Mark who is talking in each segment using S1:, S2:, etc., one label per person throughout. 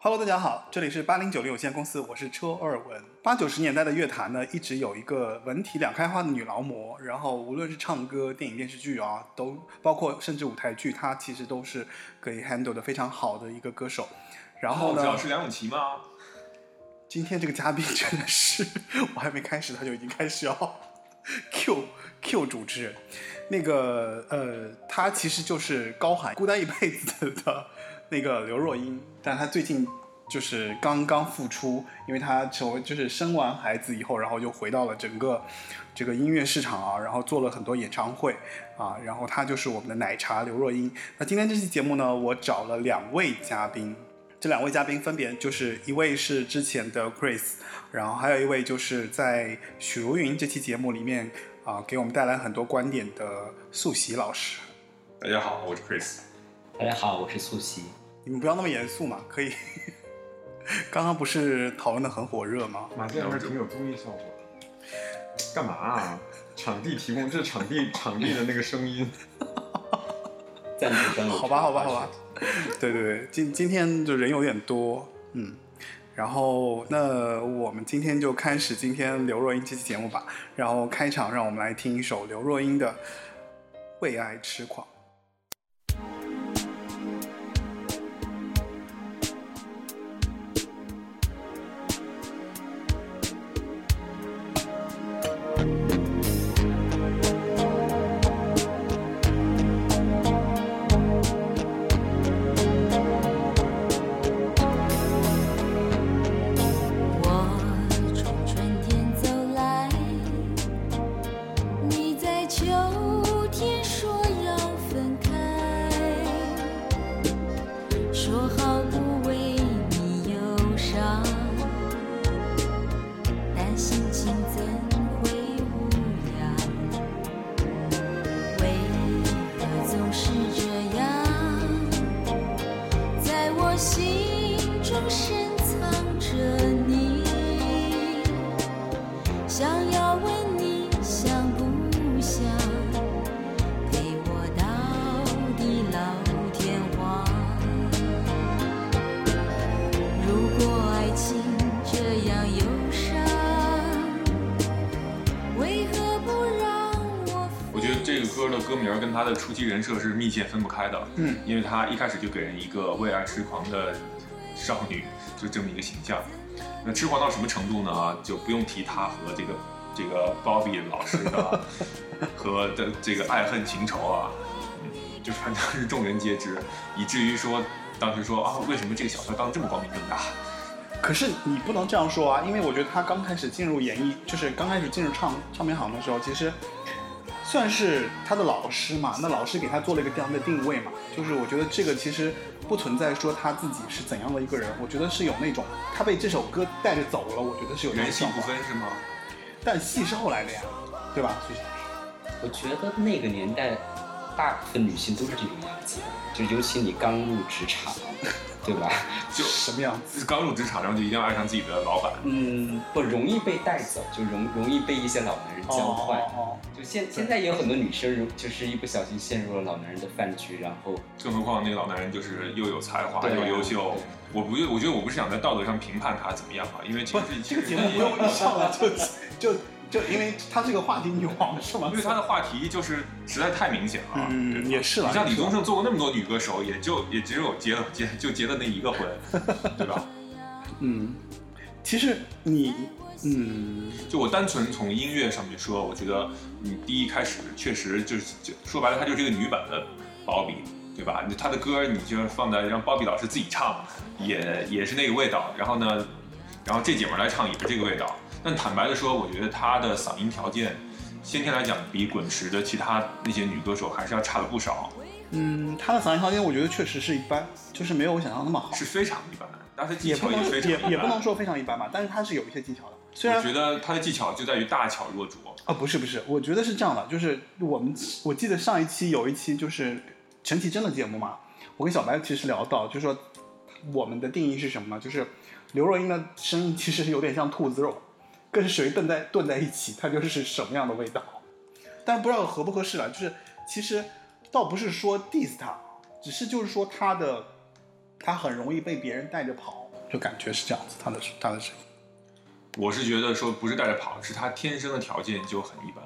S1: Hello，大家好，这里是八零九零有限公司，我是车二文。八九十年代的乐坛呢，一直有一个文体两开花的女劳模，然后无论是唱歌、电影、电视剧啊，都包括甚至舞台剧，她其实都是可以 handle 的非常好的一个歌手。然后
S2: 我知
S1: 呢
S2: 道，哦是梁咏琪吗？
S1: 今天这个嘉宾真的是，我还没开始他就已经开始要 Q Q 主持人。那个呃，他其实就是高喊“孤单一辈子”的那个刘若英，但他最近就是刚刚复出，因为他成为就是生完孩子以后，然后又回到了整个这个音乐市场啊，然后做了很多演唱会啊，然后他就是我们的奶茶刘若英。那今天这期节目呢，我找了两位嘉宾，这两位嘉宾分别就是一位是之前的 Chris，然后还有一位就是在许茹芸这期节目里面啊、给我们带来很多观点的素喜老师。
S2: 大家好，我是 Chris。
S3: 大家好，我是素汐。
S1: 你们不要那么严肃嘛，可以。 刚刚不是讨论的很火热吗？
S4: 马这样还挺有综艺效果的。干嘛啊？场地提供，这是场地场地的那个声音。
S3: 赞助 商有
S1: 好吧，好吧，好吧。 对对对，今今天就人有点多，嗯。然后，那我们今天就开始今天刘若英这期节目吧。然后开场，让我们来听一首刘若英的《为爱痴狂》。
S5: 我从春天走来，你在秋天说要分开，说好不为你忧伤，但心情怎会无恙？为何总是这样？在我心中深藏着你，想要问你想不想陪我到地老天荒？如果爱情这样忧伤，为何不让我？
S2: 我觉得这个歌的歌名跟他的初期人设是密切分不开的，
S1: 嗯，
S2: 因为他一开始就给人一个为爱痴狂的少女，就这么一个形象。那痴狂到什么程度呢？啊，就不用提他和这个这个 Bobby 老师的啊和的这个爱恨情仇啊，嗯就反正是众人皆知，以至于说当时说啊，为什么这个小说当得这么光明正大？
S1: 可是你不能这样说啊，因为我觉得他刚开始进入演艺，就是刚开始进入唱唱片行的时候，其实算是他的老师嘛。那老师给他做了一个这样的定位嘛，就是我觉得这个其实不存在说他自己是怎样的一个人，我觉得是有那种他被这首歌带着走了，我觉得是有那
S2: 人戏
S1: 种
S2: 不分是吗？
S1: 但戏是后来的呀，对吧？所以
S3: 我觉得那个年代，大部分女性都是这种样子，就尤其你刚入职 场，对吧？
S2: 就
S1: 什么样？
S2: 刚入职场，然后就一定要爱上自己的老板。
S3: 嗯，不容易被带走，就容容易被一些老男人教坏。
S1: 哦哦
S3: 就现现在也有很多女生容，就是一不小心陷入了老男人的饭局，然后
S2: 更何况那个老男人就是又有才华
S3: 对啊
S2: 又优秀
S3: 对，
S2: 我不，我觉得我不是想在道德上评判他怎么样啊，因为其
S1: 不
S2: 实，
S1: 这个节目不用一上来就 就就因为他这个话题女王是吗
S2: 因？为他的话题就是实在太明显了啊，
S1: 嗯
S2: 对吧
S1: 也是啦
S2: 你像李宗盛做过那么多女歌手，也就也只有结了结就结了那一个婚， 对吧？
S1: 嗯，其实你嗯。
S2: 就我单纯从音乐上面说，我觉得你第一开始确实就是就说白了，它就是一个女版的鲍比，对吧？你他的歌你就放在让鲍比老师自己唱，也也是那个味道。然后呢，然后这姐们儿来唱也是这个味道。但坦白的说，我觉得她的嗓音条件，先天来讲比滚石的其他那些女歌手还是要差了不少，
S1: 嗯，他的嗓音条件我觉得确实是一般，就是没有我想象那么好，
S2: 是非常一般。但是技
S1: 也不
S2: 巧
S1: 能
S2: 非常一
S1: 也
S2: 般。
S1: 也不能说非常一般吧，但是他是有一些技巧的。虽然
S2: 我觉得她的技巧就在于大巧若拙。
S1: 啊，不是不是，我觉得是这样的，就是我们我记得上一期有一期就是陈绮贞的节目嘛，我跟小白其实聊到，就是说我们的定义是什么呢？就是刘若英的声音其实是有点像兔子肉，跟谁炖在炖在一起，它就是什么样的味道。但是不知道合不合适了，就是其实倒不是说 diss 他，只是就是说他的他很容易被别人带着跑，就感觉是这样子，他的他的声音。
S2: 我是觉得说不是带着跑，是她天生的条件就很一般，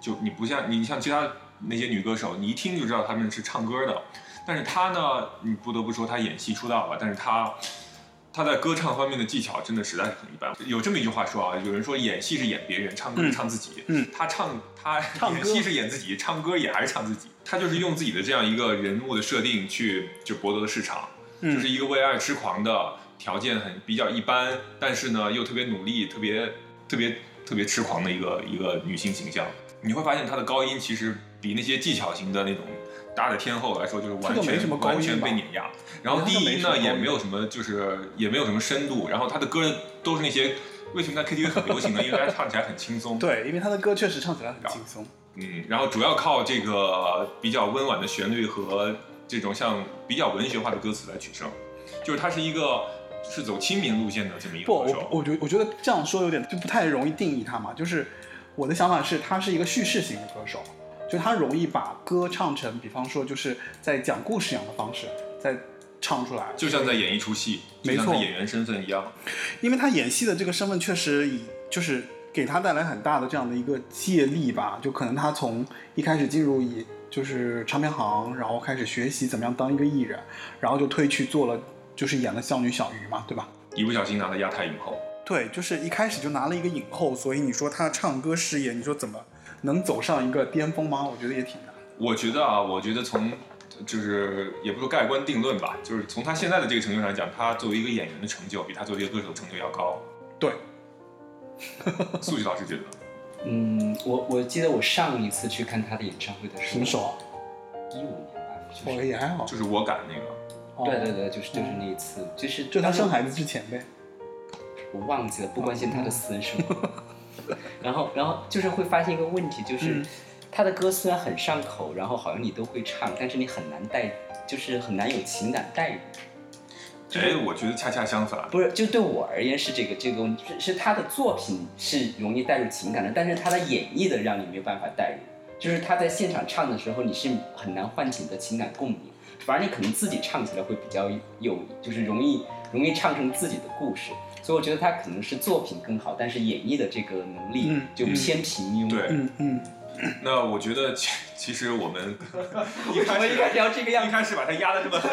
S2: 就你不像你像其他那些女歌手，你一听就知道她们是唱歌的，但是她呢，你不得不说她演戏出道吧，但是她她在歌唱方面的技巧真的实在是很一般。有这么一句话说啊，有人说演戏是演别人，唱歌是唱自己，
S1: 嗯嗯
S2: 她唱她
S1: 唱歌
S2: 演戏是演自己，唱歌也还是唱自己，她就是用自己的这样一个人物的设定去就博得了市场，
S1: 嗯
S2: 就是一个为爱痴狂的，条件很比较一般，但是呢又特别努力、特别特别特别痴狂的一个一个女性形象。你会发现她的高音其实比那些技巧型的那种大的天后来说，就是完
S1: 这个没
S2: 全
S1: 什么高音吧
S2: 完全被碾压。然后低
S1: 没
S2: 音
S1: 什么高
S2: 呢
S1: 音
S2: 也没有什么，就是也没有什么深度。然后她的歌都是那些为什么在 KTV 很流行呢？因为大家唱起来很轻松。
S1: 对，因为他的歌确实唱起来很轻松。
S2: 嗯，然后主要靠这个比较温婉的旋律和这种像比较文学化的歌词来取胜，就是它是一个是走亲民路线的这么一个
S1: 不，
S2: 歌
S1: 我
S2: 手。
S1: 我觉得我觉得这样说有点就不太容易定义他嘛。就是我的想法是，他是一个叙事型的歌手，就他容易把歌唱成，比方说就是在讲故事一样的方式再唱出来，
S2: 就像在演一出戏，
S1: 没错
S2: 就像他演员身份一样。
S1: 因为他演戏的这个身份确实以就是给他带来很大的这样的一个借力吧，就可能他从一开始进入以就是唱片行，然后开始学习怎么样当一个艺人，然后就推去做了就是演了少女小鱼嘛，对吧？
S2: 一不小心拿了亚太影后，
S1: 对，就是一开始就拿了一个影后，所以你说他唱歌事业，你说怎么能走上一个巅峰吗？我觉得也挺难。
S2: 我觉得啊，我觉得从就是也不说盖棺定论吧，就是从他现在的这个成就上讲，他作为一个演员的成就比他作为一个歌手的成就要高。
S1: 对，
S2: 素汐老师觉得，
S3: 嗯，我我记得我上一次去看他的演唱会的时候，
S1: 什么时候啊？
S3: 一五年吧，就
S1: 我
S3: 是
S1: 也还好
S2: 就。是我敢 那个，
S1: 哦
S3: 对对，对，就是就是那一次，就是
S1: 就他
S3: 当时
S1: 生孩子之前呗。
S3: 我忘记了，不关心他的私人生活。 然后，然后就是会发现一个问题，就是、
S1: 嗯
S3: 他的歌虽然很上口，然后好像你都会唱，但是你很难带，就是很难有情感带入。
S2: 哎，我觉得恰恰相反，
S3: 不是，就对我而言是这个这个问题，是是他的作品是容易带入情感的，但是他的演绎的让你没有办法带入，就是他在现场唱的时候，你是很难唤起你的情感共鸣，反而你可能自己唱起来会比较有，就是容易容易唱成自己的故事。所以我觉得他可能是作品更好，但是演绎的这个能力
S1: 嗯
S3: 就偏平庸。
S2: 对，
S1: 嗯嗯，
S2: 那我觉得其，其实 我们一
S3: 为什么一开始要这个样
S2: 一
S3: 子？
S2: 开始把它压得这么狠，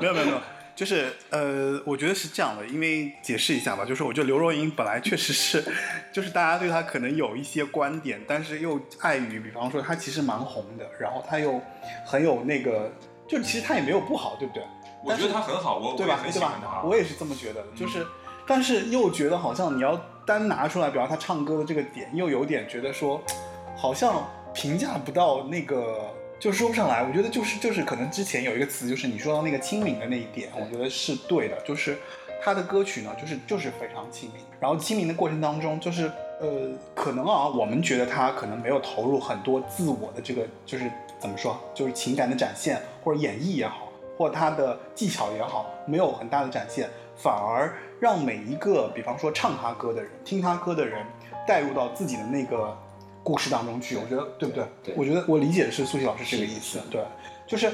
S1: 没有没有没有，就是呃，我觉得是这样的，因为解释一下吧，就是我觉得刘若英本来确实是，就是大家对她可能有一些观点，但是又碍于，比方说她其实蛮红的，然后她又很有那个，就其实她也没有不好，对不对？
S2: 我觉得他很好，我
S1: 对
S2: 我也
S1: 吧？
S2: 很
S1: 对
S2: 喜欢啊嗯他
S1: 吧？。我也是这么觉得的，就是，但是又觉得好像你要单拿出来，比方他唱歌的这个点，又有点觉得说，好像评价不到那个，就说不上来。我觉得就是就是，可能之前有一个词，就是你说到那个亲民的那一点，我觉得是对的，就是他的歌曲呢，就是就是非常亲民。然后亲民的过程当中，就是呃，可能啊，我们觉得他可能没有投入很多自我的这个，就是怎么说，就是情感的展现或者演绎也好，或者他的技巧也好，没有很大的展现，反而让每一个，比方说唱他歌的人、听他歌的人，带入到自己的那个故事当中去。我觉得对不对？
S3: 对对
S1: 我觉得我理解是苏西老师这个意
S3: 是
S1: 思
S3: 是，
S1: 对，就是。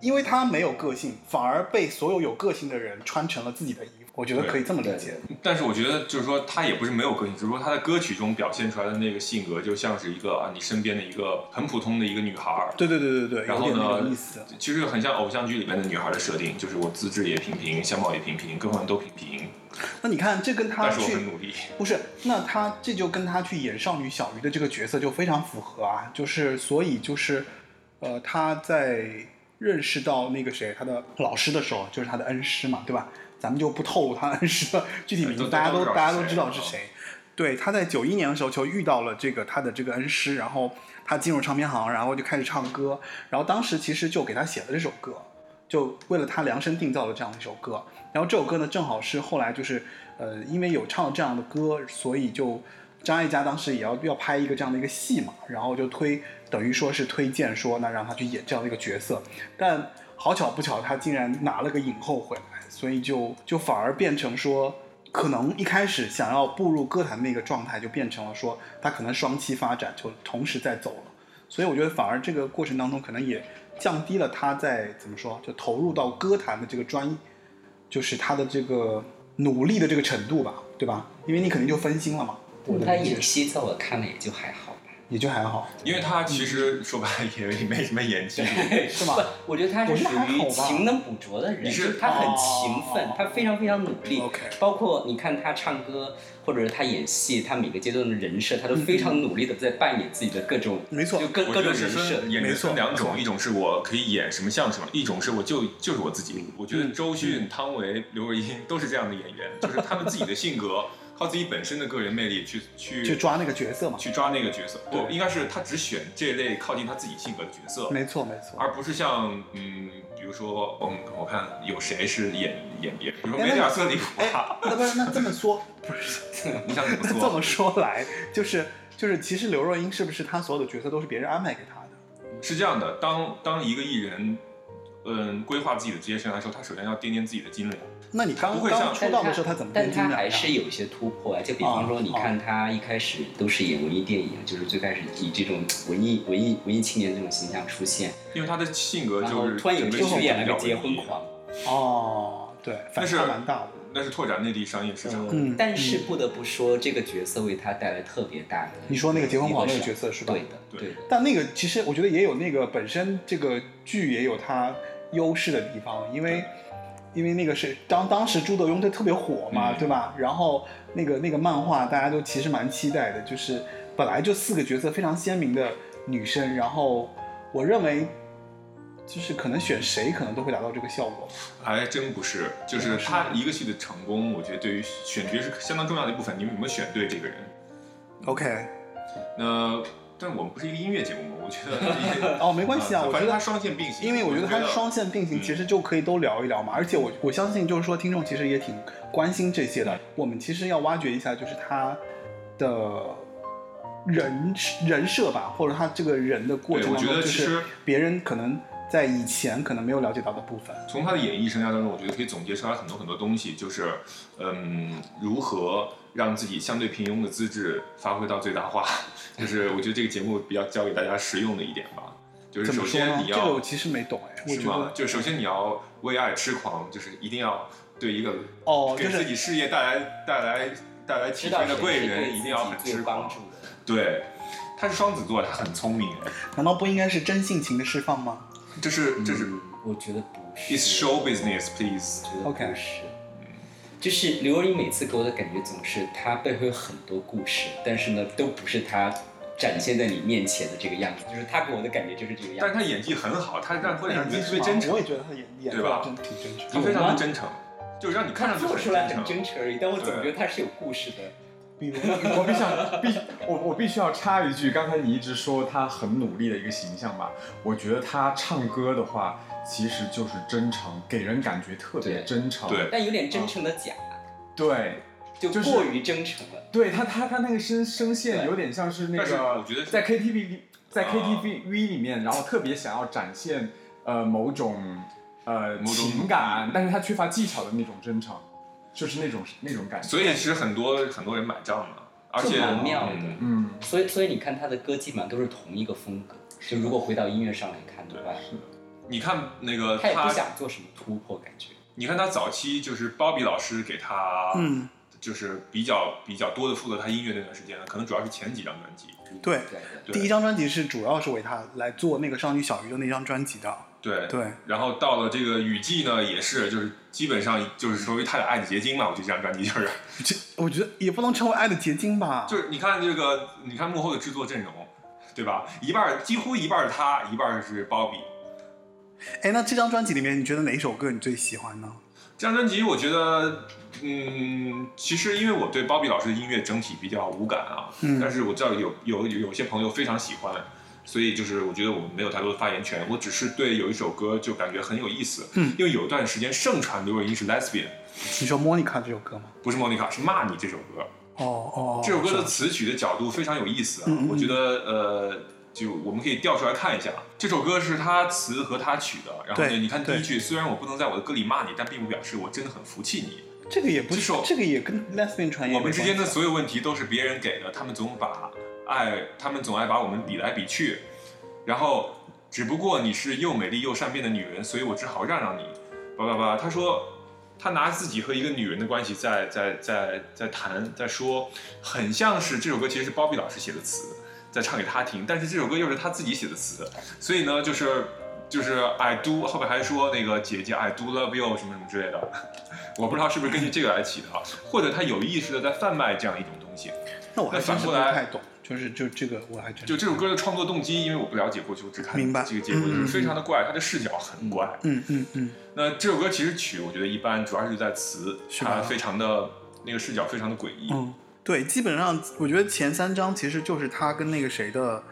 S1: 因为他没有个性，反而被所有有个性的人穿成了自己的衣服，我觉得
S2: 对
S1: 可以这么理
S3: 对
S1: 解。
S2: 但是我觉得就是说他也不是没有个性，只不过他在歌曲中表现出来的那个性格，就像是一个啊你身边的一个很普通的一个女孩儿。
S1: 对对对对对，有
S2: 然后
S1: 点那
S2: 呢
S1: 个意思。，
S2: 其实很像偶像剧里面的女孩的设定，就是我资质也平平，相貌也平平，各方面都平平，
S1: 那你看，这跟他
S2: 但是我很
S1: 去
S2: 努力。
S1: 不是，那他这就跟他去演少女小鱼的这个角色就非常符合啊，就是所以就是，呃，他在认识到那个谁他的老师的时候，就是他的恩师嘛，对吧？咱们就不透露他恩师的具体名字，
S2: 都
S1: 大家都
S2: 都知道是
S1: 大家都
S2: 谁哦
S1: 知道是谁。对，他在九一年的时候就遇到了这个他的这个恩师，然后他进入唱片行，然后就开始唱歌，然后当时其实就给他写了这首歌，就为了他量身定造的这样一首歌。然后这首歌呢，正好是后来就是呃，因为有唱这样的歌，所以就张艾嘉当时也要要拍一个这样的一个戏嘛，然后就推等于说是推荐说那让他去演这样的一个角色，但好巧不巧，他竟然拿了个影后回来，所以就就反而变成说。可能一开始想要步入歌坛那个状态，就变成了说他可能双栖发展，就同时在走了。所以我觉得反而这个过程当中，可能也降低了他在怎么说，就投入到歌坛的这个专一，就是他的这个努力的这个程度吧，对吧？因为你肯定就分心了嘛。我的
S3: 他
S1: 理解
S3: 演戏在我看来也就还好吧。
S1: 也就还好，
S2: 因为他其实
S1: 嗯
S2: 说白了也没什么演技。
S1: 是吗？
S3: 不，我觉得他是
S1: 我觉
S3: 属
S1: 得还好
S3: 于
S1: 吧
S3: 勤能补拙的人，
S2: 你是
S3: 就是他很勤奋，
S1: 哦
S3: 他非常非常努力。
S1: OK
S3: 包括你看他唱歌，或者是他演戏，他每个阶段的人设，他都非常努力的在扮演自己的各种，
S1: 没错
S3: 就各
S2: 我
S3: 各
S2: 觉
S3: 种
S2: 得是
S3: 人设。
S2: 分演
S1: 没
S2: 员
S1: 错
S2: 分两
S1: 没错
S2: 种，一种是我可以演什么像什么，一种是我就就是我自
S1: 嗯
S2: 己。我觉得周迅、汤唯、刘若英 都是这样的演员，就是他们自己的性格，靠自己本身的个人魅力去去
S1: 就抓那个角色嘛。
S2: 去抓那个角色。
S1: 对
S2: 不，应该是他只选这类靠近他自己性格的角色，
S1: 没错，没错。
S2: 而不是像嗯，比如说我们我看有谁是演演别人，比如说
S1: 哎那
S2: 梅丽尔·瑟里夫
S1: 哎
S2: 啊，，
S1: 那不是那这么说，不是
S2: 你想 怎么
S1: 那 这
S2: 说
S1: 么？说来，就是就是，其实刘若英是不是她所有的角色都是别人安排给她的？
S2: 是这样的，当当一个艺人。嗯，规划自己的职业生涯的时候，他首先要掂掂自己的斤两。
S1: 那你刚
S2: 不会
S1: 刚
S2: 像
S1: 出道的时候，她怎么
S3: 但
S1: 变
S3: 他
S1: 金
S3: 还
S1: 的？
S3: 是有一些突破啊，就比方说，你看他一开始都是演文艺电影，就是最开始以这种文艺、文艺、文艺青年这种形象出现，
S2: 因为他的性格
S3: 然
S2: 就
S3: 后
S2: 是
S3: 突然有一
S2: 整性
S3: 天去
S2: 格
S3: 演了
S2: 比较
S3: 个结
S2: 文
S3: 婚
S2: 艺
S3: 狂，
S1: 哦，对，反
S2: 但是
S1: 差蛮大的。
S2: 那是拓展内地商业市场。
S1: 嗯
S3: 但是不得不说，这个角色为他带来特别大的。
S1: 你说那个结婚狂那个角色是吧
S3: 对的，
S2: 对
S3: 对的。
S1: 但那个其实我觉得也有那个本身这个剧也有它优势的地方，因为因为那个是当当时朱德庸他特别火嘛，
S2: 嗯
S1: 对吧？然后那个那个漫画大家都其实蛮期待的，就是本来就四个角色非常鲜明的女生，然后我认为就是可能选谁可能都会达到这个效果。
S2: 还真不是，就是他一个戏的成功，我觉得对于选角是相当重要的一部分。你们有没有选对这个人？
S1: OK，
S2: 那但是我们不是一个音乐节目嘛，我觉得
S1: 哦没关系啊我觉得
S2: 呃反正他双线并行，
S1: 因为我觉得它是
S2: 是
S1: 双线并行，
S2: 嗯
S1: 其实就可以都聊一聊嘛。而且我我相信，就是说听众其实也挺关心这些的。我们其实要挖掘一下，就是他的人人设吧，或者他这个人的过程
S2: 对
S1: 当中，就
S2: 我觉得其实
S1: 是别人可能在以前可能没有了解到的部分。
S2: 从他的演艺生涯当中，我觉得可以总结出来很多很多东西，就是嗯，如何让自己相对平庸的资质发挥到最大化， 就是我觉得这个节目比较教给大家实用的一点吧。就是
S1: 怎么
S2: 首
S1: 说
S2: 先
S1: 呢？
S2: 你
S1: 这
S2: 要
S1: 个我其实没懂哎，我
S2: 是
S1: 觉
S2: 吗？
S1: 得
S2: 就首先你要为爱痴狂，就是一定要对一个
S1: 哦，
S2: 给
S1: 就
S2: 自
S1: 是
S2: 己事业带来带来带来
S3: 知
S2: 提
S3: 道
S2: 升
S3: 谁
S2: 的
S3: 是
S2: 贵
S3: 对
S2: 人，
S3: 自
S2: 一
S3: 己
S2: 定要很
S3: 最有
S2: 痴
S3: 帮
S2: 狂
S3: 助。的。
S2: 对，他是双子座，他很聪明，
S1: 难道不应该是真性情的释放吗？
S2: 这是这是
S3: 嗯我觉得不是。
S2: it's show business please。
S3: 我觉
S1: OK
S3: 得不是。就是刘若英每次给我的感觉总是她背后有很多故事，但是呢，都不是她展现在你面前的这个样子。就是她给我的感觉就是这个样
S2: 但是
S3: 子。
S2: 他演技很好，他让会让
S1: 演
S2: 你
S1: 技
S2: 觉得特别
S1: 是
S2: 真
S1: 吗我也，
S2: 诚
S1: 觉得他演演
S2: 对吧
S1: 的真挺真诚。
S2: 他非常的真诚，就是让你看上去
S3: 做出来很
S2: 真
S3: 真。诚而已，但我总
S2: 对
S3: 觉得她是有故事的。
S1: 比如
S4: 我必须要必我我必须要插一句，刚才你一直说他很努力的一个形象吧，我觉得他唱歌的话，其实就是真诚，给人感觉特别
S3: 对
S4: 真诚。
S2: 对
S3: 但有点真诚的假，
S4: 对
S3: 就
S2: 嗯
S4: 就是
S3: 过于真诚了。
S4: 对，他他他那个声声线
S3: 对
S4: 有点像是那
S2: 但是
S4: 个
S2: 我觉得是
S4: 在 KTV 里，在
S2: 啊
S4: KTV 里面，然后特别想要展现呃某种呃
S2: 某种
S4: 情感，但是他缺乏技巧的那种真诚，就是那种那种感觉。
S2: 所以其实很多很多人买账了，而
S3: 就
S2: 且
S3: 蛮妙的
S2: 嗯
S4: 嗯，
S3: 所以，所以你看他的歌基本上都是同一个风格。就如果回到音乐上来看的话，
S2: 你看那个
S3: 他也不
S2: 他，
S3: 想做什么突破，感觉。
S2: 你看他早期就是鲍比老师给他，
S1: 嗯，
S2: 就是比较比较多的负责他音乐那段时间了，可能主要是前几张专辑。
S1: 对
S3: 对对。
S2: 对
S1: 第一张专辑是主要是为他来做那个少女小鱼的那张专辑的，
S2: 对
S1: 对，
S2: 然后到了这个雨季呢，也是就是基本上就是属于他的爱的结晶嘛。我觉得这张专辑 就是。
S1: 这我觉得也不能称为爱的结晶吧
S2: 就是你看这个，你看幕后的制作阵容，对吧？一半儿几乎一半儿是他，一半儿是鲍比。
S1: 哎，那这张专辑里面，你觉得哪一首歌你最喜欢呢？
S2: 这张专辑我觉得，嗯，其实因为我对鲍比老师的音乐整体比较无感啊，
S1: 嗯
S2: 但是我知道有有有些朋友非常喜欢。所以就是，我觉得我没有太多的发言权，我只是对有一首歌就感觉很有意思，
S1: 嗯
S2: 因为有一段时间盛传刘若英是 lesbian，
S1: 你说《莫妮卡》这首歌吗？
S2: 不是莫妮卡，是骂你这首歌。
S1: 哦哦，
S2: 这首歌的词曲的角度非常有意思啊，
S1: 嗯嗯嗯
S2: 我觉得呃，就我们可以调出来看一下。啊这首歌是他词和他曲的，然后呢，
S1: 对
S2: 你看第
S1: 对
S2: 一句，虽然我不能在我的歌里骂你，但并不表示我真的很服气你。
S1: 这个也不
S2: 这
S1: 是
S2: 首，
S1: 这个也跟 lesbian 传言
S2: 我们之间的
S1: 有
S2: 所有问题都是别人给的，他们总把爱，他们总爱把我们比来比去，然后只不过你是又美丽又善变的女人，所以我只好让让你。叭叭叭，他说。他拿自己和一个女人的关系在在在在谈在说，很像是这首歌其实是 Bobby 老师写的词，在唱给他听，但是这首歌又是他自己写的词，所以呢，就是就是 I do 后面还说那个姐姐 I do love you 什么什么之类的，我不知道是不是根据这个来起的啊，或者他有意识的在贩卖这样一种东西，
S1: 那我还
S2: 那
S1: 真
S2: 反
S1: 是不
S2: 过来
S1: 太懂，就是就这个我还真
S2: 就这首歌的创作动机，因为我不了解过去，我只看
S1: 明白
S2: 这个结果，就是非常的怪，他的视角很怪。
S1: 嗯嗯嗯，
S2: 那这首歌其实曲，我觉得一般，主要是在词，
S1: 是吧
S2: 它非常的那个视角非常的诡异。
S1: 嗯，对，基本上我觉得前三章其实就是他跟那个谁的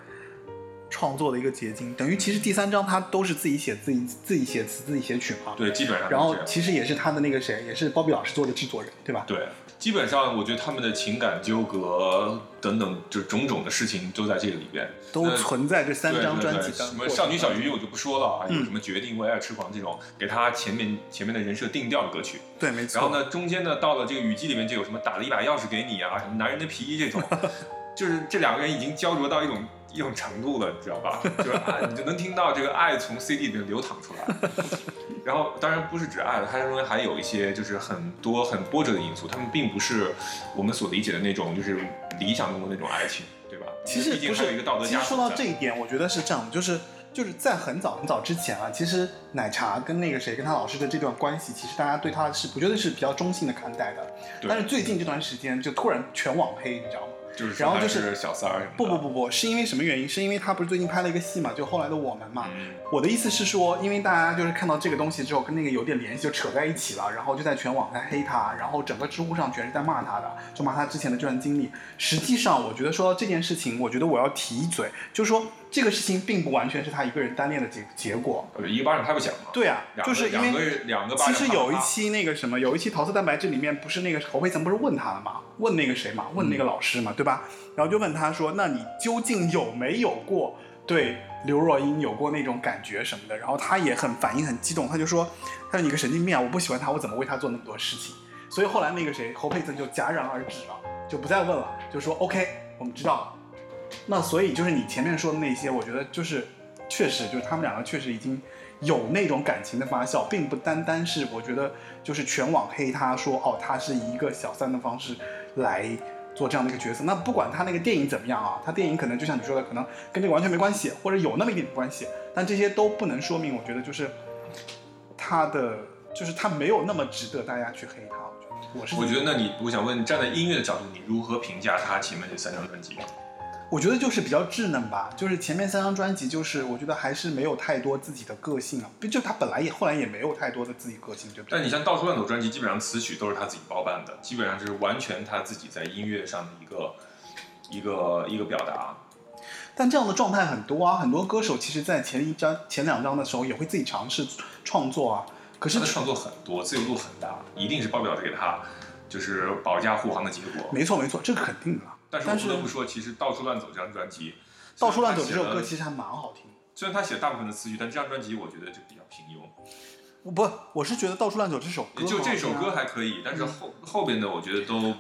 S1: 创作的一个结晶，等于其实第三章他都是自己写自己自己写词自己写曲嘛。。
S2: 对，基本上
S1: 然
S2: 都
S1: 后
S2: 是这样。
S1: 其实也是他的那个谁，也是包比老师做的制作人，对吧？
S2: 对，基本上我觉得他们的情感纠葛等等，就种种的事情都在这个里边。
S1: 都
S2: 那
S1: 存在这三
S2: 对
S1: 张
S2: 对
S1: 专
S2: 对
S1: 辑当
S2: 什
S1: 中。
S2: 么少女小鱼我就不说了啊，
S1: 嗯
S2: 有什么决定为爱痴狂这种，给他前面前面的人设定调的歌曲。
S1: 对，没错。
S2: 然后呢，中间呢，到了这个雨季里面，就有什么打了一把钥匙给你啊，什么男人的皮衣 这种，就是这两个人已经焦灼到一种一种程度了，你知道吧？就是啊，你就能听到这个爱从 CD 里面流淌出来。然后，当然不是指爱了，它中间还有一些就是很多很波折的因素，他们并不是我们所理解的那种就是理想中的那种爱情，对吧？
S1: 其实
S2: 毕
S1: 不
S2: 竟还有
S1: 是
S2: 一个道德
S1: 其
S2: 枷
S1: 实
S2: 锁
S1: 说到
S2: 在
S1: 这一点，我觉得是这样的，就是就是在很早很早之前啊，其实奶茶跟那个谁跟他老师的这段关系，其实大家对他是我觉得是比较中性的看待的。
S2: 对
S1: 但是最近这段时间就突然全网黑，你知道吗？
S2: 就是说
S1: 然后就
S2: 还
S1: 是
S2: 是小三儿什么的，
S1: 不不不不，是因为什么原因？是因为他不是最近拍了一个戏嘛，就后来的我们嘛。
S2: 嗯，
S1: 我的意思是说，因为大家就是看到这个东西之后，跟那个有点联系，就扯在一起了，然后就在全网在黑他，然后整个知乎上全是在骂他的，就骂他之前的这段经历。实际上，我觉得说到这件事情，我觉得我要提一嘴，就是说这个事情并不完全是他一个人单恋的结结果。
S2: 呃一个巴掌拍不响嘛，
S1: 对啊，
S2: 两
S1: 就
S2: 个
S1: 是因
S2: 两个
S1: 为
S2: 人两个巴
S1: 其
S2: 掌
S1: 实
S2: 啪啪
S1: 有一
S2: 啪
S1: 期那个什么，有一期《桃色蛋白质》里面不是那个侯佩岑不是问他了嘛，问那个谁嘛，问那
S2: 嗯
S1: 个老师嘛，对吧？然后就问他说：“那你究竟有没有过对刘若英有过那种感觉什么的？”然后他也很反应很激动，他就说：“他说你个神经病啊！我不喜欢他，我怎么为他做那么多事情？”所以后来那个谁侯佩岑就戛然而止了，就不再问了，就说：“OK，我们知道了。”那所以就是你前面说的那些，我觉得就是确实就是他们两个确实已经有那种感情的发酵，并不单单是我觉得就是全网黑他说哦他是一个小三的方式来做这样的一个角色。那不管他那个电影怎么样啊，他电影可能就像你说的，可能跟这个完全没关系，或者有那么一点关系，但这些都不能说明我觉得就是他的就是他没有那么值得大家去黑他。我觉得我是
S2: 我觉得，那你我想问，站在音乐的角度，你如何评价他前面这三张专辑？
S1: 我觉得就是比较稚嫩吧，就是前面三张专辑，就是我觉得还是没有太多自己的个性啊，毕就他本来也后来也没有太多的自己个性，对不对？
S2: 但你像《到处乱走》专辑，基本上词曲都是他自己包办的，基本上就是完全他自己在音乐上的一个一个一个表达。
S1: 但这样的状态很多啊，很多歌手其实在前一张、前两张的时候也会自己尝试创作啊，可是
S2: 他的创作很多，自由度很大，一定是鲍比老师给他就是保驾护航的结果。
S1: 没错没错，这个肯定的啦。
S2: 但是我不得不说，其实《到处乱走》这张专辑，
S1: 到处乱走这首歌
S2: 实
S1: 其实还蛮好听的。
S2: 虽然他写了大部分的词曲，但这张专辑我觉得就比较平庸。
S1: 我不，我是觉得到处乱走这首歌，
S2: 就这首歌，还可以，但是后后边的我觉得都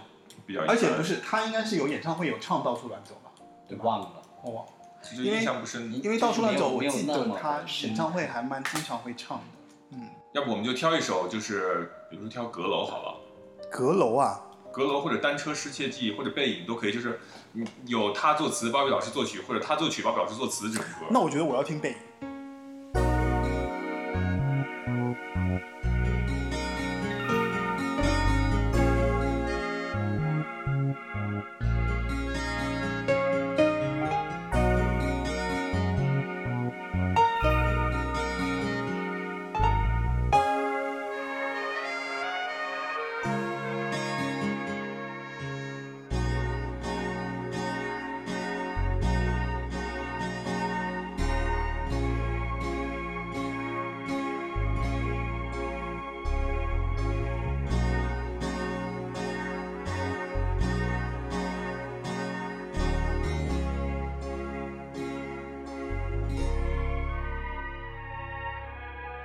S2: 比较一般。
S1: 而且不是他应该是有演唱会有唱到处乱走吧？对吧？
S3: 忘了。
S1: 我忘了，
S2: 其实印象不深。
S1: 因为到处乱走，我
S3: 没有没
S1: 记
S3: 有那
S1: 得
S3: 么
S1: 他
S3: 深
S1: 演唱会还蛮经常会唱的。
S2: 要不我们就挑一首，就是比如说挑《阁楼》好了，
S1: 阁楼啊，
S2: 《阁楼》或者《单车失窃记》或者《背影》都可以，就是嗯有他作词，鲍比老师作曲，或者他作曲，鲍比老师作词这种歌。
S1: 那我觉得我要听背影。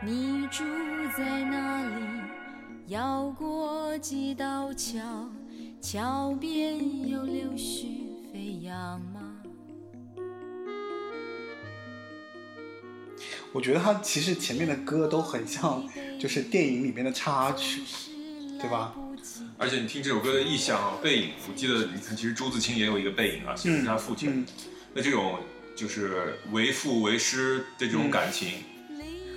S5: 你住在哪里？绕过几道桥，桥边有柳絮飞扬吗？
S1: 我觉得他其实前面的歌都很像，就是电影里面的插曲，对吧？
S2: 而且你听这首歌的意象啊，背影，我记得你看，其实朱自清也有一个背影啊，其实是他父亲。
S1: 嗯，
S2: 那这种就是为父为师的这种 感情，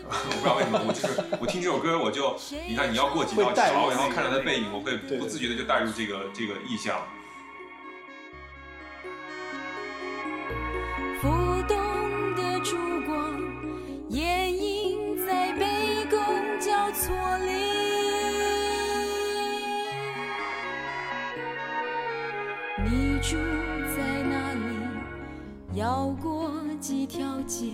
S2: 我不知道为什么，我就是我听这首歌，我就你看你要过几道
S1: 会带入
S2: 桥，然后看着他的背影，我会
S1: 对
S2: 不自觉的就带入这个这个意象。
S5: 浮动的烛光掩映在杯弓交错里。你住在哪里？绕过几条街，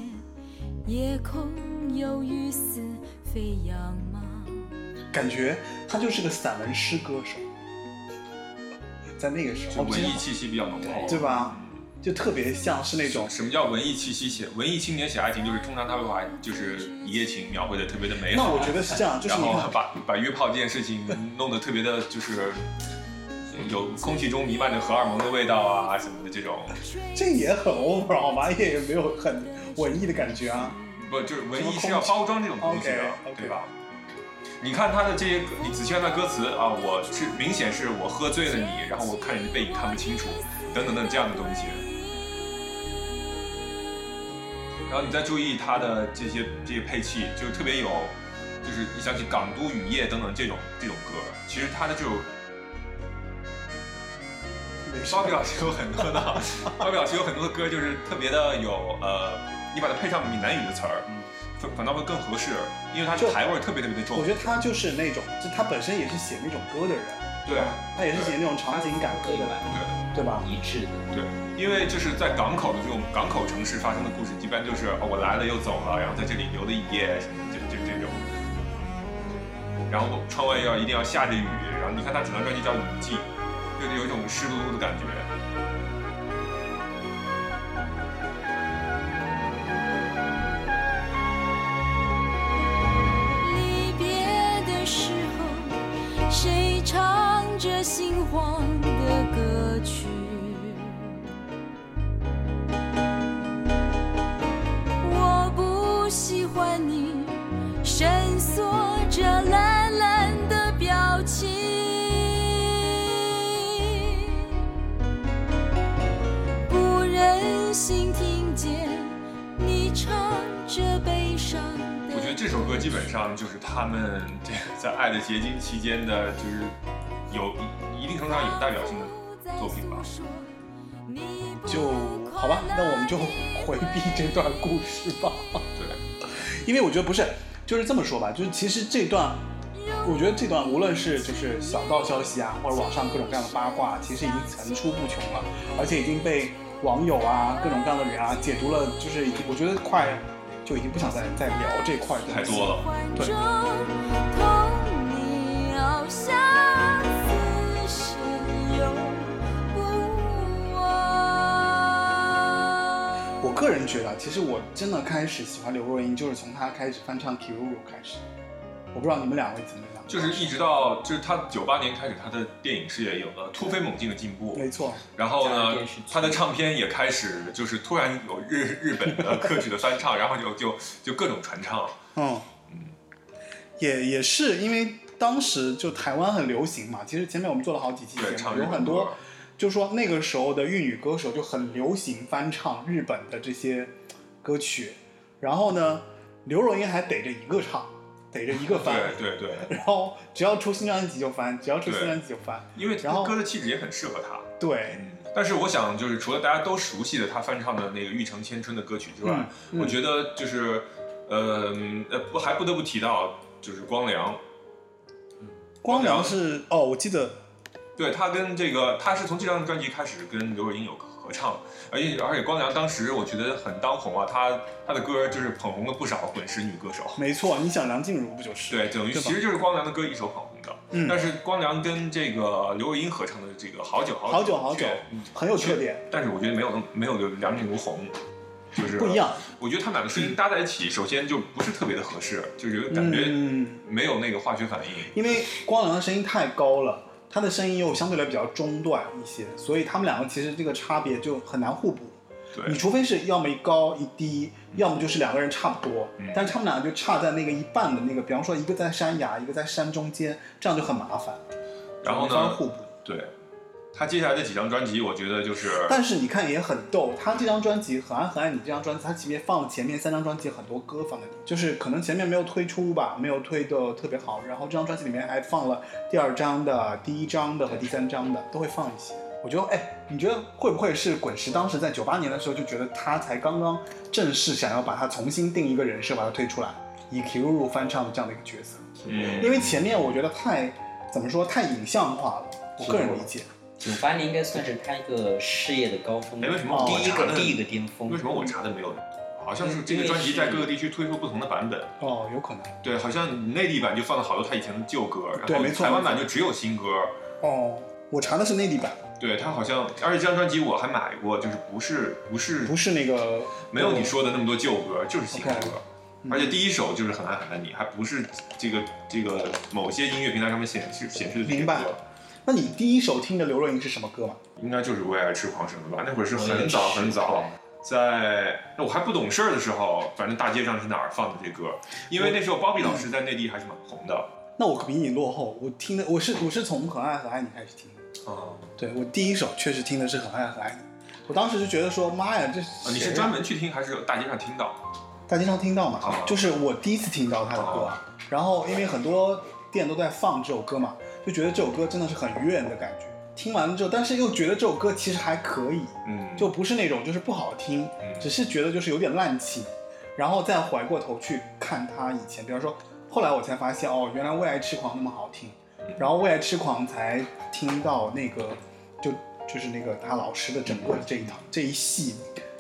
S5: 夜空有雨丝飞扬吗？
S1: 感觉他就是个散文诗歌手，在那个时
S2: 就
S1: 候，
S2: 文艺气息比较浓厚，
S1: 哦对吧？就特别像是那种
S2: 什么叫文艺气息写？文艺青年写爱情，就是通常他会把就是一夜情描绘的特别的美好。
S1: 那我觉得是这样，就是
S2: 然
S1: 你
S2: 后
S1: 看，
S2: 把把约炮这件事情弄得特别的，就是 有空气中弥漫着荷尔蒙的味道啊什么的这种，
S1: 这也很 over 好吧？也没有很文艺的感觉啊。
S2: 不就是文艺是要包装这种东西的
S1: OK，OK
S2: 对吧？你看他的这些歌，你仔细看他歌词啊，我是明显是我喝醉了你，然后我看你的背影看不清楚，等等等这样的东西。然后你再注意他的这些这些配器，就特别有，就是一想起《港都雨夜》等等这种这种歌，其实他的这首
S1: 没事
S2: 包比老师有很多的， 包比老师有很多的歌就是特别的有呃，你把它配上闽南语的词儿，反反倒会更合适，因为它
S1: 嗯就
S2: 台味儿特别特别的重
S1: 我。觉得他就是那种，就他本身也是写那种歌的人，
S2: 对啊
S1: 他也是写那种场景感歌
S3: 对
S1: 的，
S3: 吧？
S1: 对吧？
S3: 一致的。
S2: 对，因为就是在港口的这种港口城市发生的故事，一般就是哦我来了又走了，然后在这里留了一夜什么这这这种，然后窗外要一定要下着雨，然后你看他整张专辑叫《雨季》，就是有一种湿漉漉的感觉。
S5: 离别的时候，谁唱着心慌的歌曲？我不喜欢你深锁着懒懒的表情。不忍心听见你唱着悲伤的。
S2: 我觉得这首歌基本上就是他们这在爱的结晶期间的，就是有一一定程度上有代表性的作品吧。
S1: 就好吧，那我们就回避这 段故事吧，
S2: 对，
S1: 因为我觉得不是，就是这么说吧，就是其实这段，我觉得这段无论是就是小道消息啊，或者网上各种各样的八卦，其实已经层出不穷了，而且已经被网友啊各种各样的人啊解读了，就是已经我觉得快就已经不想再再聊这块东西
S2: 太多了。
S1: 对
S5: 中同你翱翔，此生永不忘。
S1: 我个人觉得啊，其实我真的开始喜欢刘若英，就是从她开始翻唱《Kiruru》开始。我不知道你们两位怎么样，
S2: 就是一直到就是他九八年开始，他的电影事业有了突飞猛进的进步。
S1: 没错，
S2: 然后
S3: 加上
S2: 呢
S3: 电视剧，
S2: 他的唱片也开始就是突然有日日本的歌曲的翻唱， 然后就就就各种传唱。
S1: 嗯，也也是因为当时就台湾很流行嘛，其实前面我们做了好几期
S2: 对，
S1: 节
S2: 唱
S1: 目，
S2: 日
S1: 有
S2: 本
S1: 很
S2: 歌
S1: 多就说那个时候的粤语歌手就很流行翻唱日本的这些歌曲，然后呢，刘若英还逮着一个唱，逮着一个翻，
S2: 对对对，
S1: 然后只要出新专辑就翻，只要出新
S2: 对
S1: 专辑就翻，
S2: 因为
S1: 然后
S2: 他歌的气质也很适合他。
S1: 对，
S2: 但是我想，就是除了大家都熟悉的他翻唱的那个《玉城千春》的歌曲之外，
S1: 嗯嗯
S2: 我觉得就是，呃呃，不还不得不提到就是光良，
S1: 光
S2: 良
S1: 良是哦，我记得
S2: 对他跟这个他是从这张专辑开始跟刘若英有合唱，而且而且光良当时我觉得很当红啊，他他的歌就是捧红了不少滚石女歌手，
S1: 没错，你想梁静茹不就是？
S2: 对，等于
S1: 对吧
S2: 其实就是光良的歌一手捧红的。
S1: 嗯
S2: 但是光良跟这个刘若英合唱的这个好久嗯好
S1: 好久好久
S2: 却，
S1: 很有特点，
S2: 但是我觉得没有那么没有梁静茹红，就是
S1: 不一样。嗯
S2: 我觉得他们两个声音搭在一起，首先就不是特别的合适，就是有感觉
S1: 嗯，
S2: 没有那个化学反应。
S1: 因为光良的声音太高了，他的声音又相对来比较中段一些，所以他们两个其实这个差别就很难互补。
S2: 对
S1: 你除非是要么一高一低，要么就是两个人差不多，
S2: 嗯
S1: 但是他们俩就差在那个一半的那个，比方说一个在山崖，一个在山中间，这样就很麻烦，
S2: 然
S1: 没
S2: 后
S1: 法
S2: 呢，
S1: 互补。
S2: 对他接下来的几张专辑，我觉得就是
S1: 但是你看也很逗，他这张专辑《很爱很爱你》这张专辑，他其实放了前面三张专辑很多歌放在里面，就是可能前面没有推出吧，没有推的特别好。然后这张专辑里面还放了第二张的、第一张的和第三张的，都会放一些。我觉得，哎，你觉得会不会是滚石当时在九八年的时候就觉得他才刚刚正式想要把它重新定一个人设，把它推出来，以 Q 入翻唱的这样的一个角色？
S2: 嗯，
S1: 因为前面我觉得太怎么说太影像化了，我个人理解。
S3: 九八年应该算是他一个事业的高峰，
S2: 哎为什么
S1: 我
S3: 第一
S2: 查
S3: 个
S2: 的
S3: 第一个巅峰？
S2: 为什么我查的没有？好像是这个专辑在各个地区推出不同的版本，
S1: 哦，有可能。
S2: 对，好像内地版就放了好多他以前的旧歌，
S1: 对
S2: 然
S1: 没
S2: 后
S1: 错
S2: 台湾版就只有新歌。
S1: 哦，我查的是内地版。
S2: 对他好像，而且这张专辑我还买过，就是不是不是
S1: 不是那个
S2: 没有你说的那么多旧歌，就是新歌
S1: OK 嗯
S2: 而且第一首就是很爱很爱你，还不是这个这个某些音乐平台上面显示显示的这
S1: 明
S2: 些
S1: 白
S2: 歌，
S1: 那你第一首听的刘若英是什么歌嘛？
S2: 应该就是为爱痴狂什么的吧？那会儿是
S3: 我也
S2: 很早
S3: 是
S2: 很早，在那我还不懂事儿的时候，反正大街上是哪儿放的这歌，因为那时候包比老师在内地还是蛮红的。
S1: 那我比你落后，我听的我是我是从《很爱很爱你》开始听的。
S2: 啊，
S1: 对我第一首确实听的是《很爱很爱你》，我当时就觉得说妈呀，这
S2: 啊你是
S1: 谁
S2: 专门去听还是大街上听到？
S1: 大街上听到嘛？
S2: 啊
S1: 就是我第一次听到他的歌，
S2: 啊
S1: 然后因为很多店都在放这首歌嘛，就觉得这首歌真的是很悦人的感觉。听完了之后，但是又觉得这首歌其实还可以，
S2: 嗯，
S1: 就不是那种就是不好听，
S2: 嗯
S1: 只是觉得就是有点烂气，然后再回过头去看他以前，比方说，后来我才发现哦，原来《为爱痴狂》那么好听，然后《为爱痴狂》才听到那个就就是那个他老师的整个这一套这一系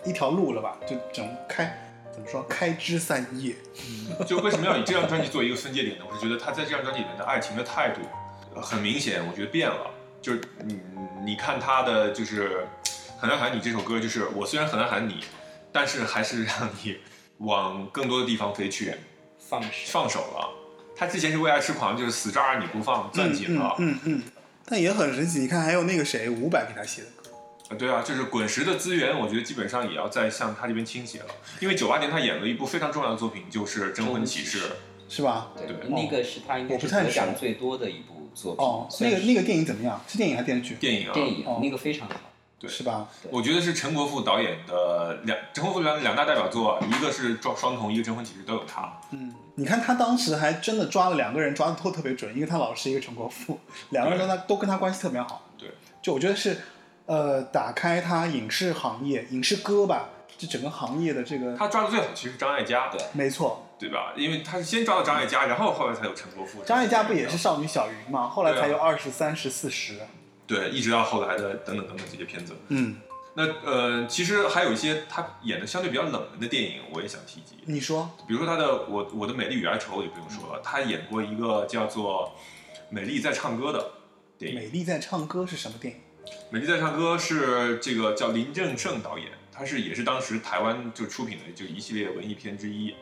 S1: 一条路了吧，就整开怎么说开枝散叶，
S2: 就为什么要以这张专辑做一个分界点呢？我是觉得他在这张专辑里面的爱情的态度，呃很明显，我觉得变了。就是你你看他的就是《很爱喊你》这首歌，就是我虽然很爱喊你，但是还是让你往更多的地方飞去，
S3: 放手？
S2: 放手了。他之前是为爱痴狂，就是死抓着你不放，攥紧了。
S1: 嗯嗯嗯，但也很神奇，你看还有那个谁伍佰给他写的歌，
S2: 呃对啊，就是滚石的资源，我觉得基本上也要在向他这边倾斜了。因为九八年他演了一部非常重要的作品，就是《征婚启事》。
S1: 是吧？
S3: 对
S2: 对，哦
S3: 那个是他应该
S1: 我不
S3: 是
S1: 太
S3: 得
S1: 熟
S3: 奖最多的一部作品。
S1: 哦，那
S3: 算
S1: 个
S3: 是
S1: 那个电影怎么样？是电影还是电视剧？
S2: 电影啊，
S3: 电影
S1: 哦
S3: 那个非常好。
S2: 对
S1: 是吧？
S2: 我觉得是陈国富导演的两陈国富两两大代表作，一个是《双双瞳》，一个《征婚启事》，都有他。
S1: 嗯，你看他当时还真的抓了两个人，抓的都特别准，一个他老师，一个陈国富，两个人都他都跟他关系特别好。
S2: 对，
S1: 就我觉得是，呃，打开他影视行业、影视歌吧，这整个行业的这个，
S2: 他抓的最好其实是张艾嘉，对
S1: 没错，
S2: 对吧？因为他是先抓到张艾嘉，然后后来才有陈国富。
S1: 张艾嘉不也是少女小云嘛，后来
S2: 啊对啊
S1: 才有二十三十四十。
S2: 对，一直到后来的等等等等这些片子。
S1: 嗯，
S2: 那呃，其实还有一些他演的相对比较冷门的电影，我也想提及，
S1: 你说
S2: 比如说他的《我我的美丽与哀愁》也不用说了，他演过一个叫做《美丽在唱歌》的电影。
S1: 美丽在唱歌是什么电影？
S2: 《美丽在唱歌》是这个叫林正盛导演，他是也是当时台湾就出品的就一系列文艺片之一。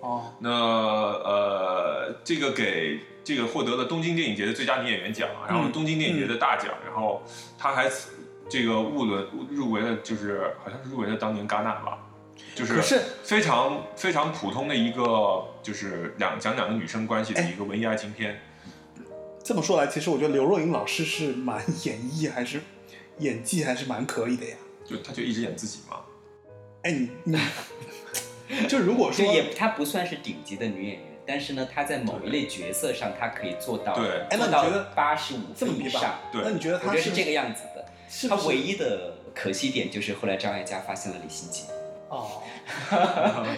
S1: 哦，
S2: 那呃，这个给这个获得了东京电影节的最佳女演员奖，然后
S1: 嗯
S2: 东京电影节的大奖，然后他还这个入了入围了，就是好像是入围了当年戛纳吧，就
S1: 可是
S2: 非常非常普通的一个，就是两讲两个女生关系的
S1: 哎
S2: 一个文艺爱情片。
S1: 这么说来，其实我觉得刘若英老师是蛮演绎还是演技还是蛮可以的呀。
S2: 就他就一直演自己嘛，
S1: 哎，你你。 就如果说
S3: 对，也她不算是顶级的女演员，但是呢，她在某一类角色上，她可以做到
S2: 对
S1: 哎那
S3: 做
S1: 你
S3: 到
S1: 觉得
S3: 八十五
S1: 这么
S3: 分以
S1: 比
S3: 上
S1: 吧，，
S2: 对
S1: 那你觉
S3: 我
S1: 得
S3: 觉
S1: 他
S3: 得
S1: 是
S3: 是这个样子的。
S1: 是
S3: 她
S1: 不
S3: 唯
S1: 是
S3: 一的可惜点就是后来张艾嘉发现了李心洁，
S1: 哦，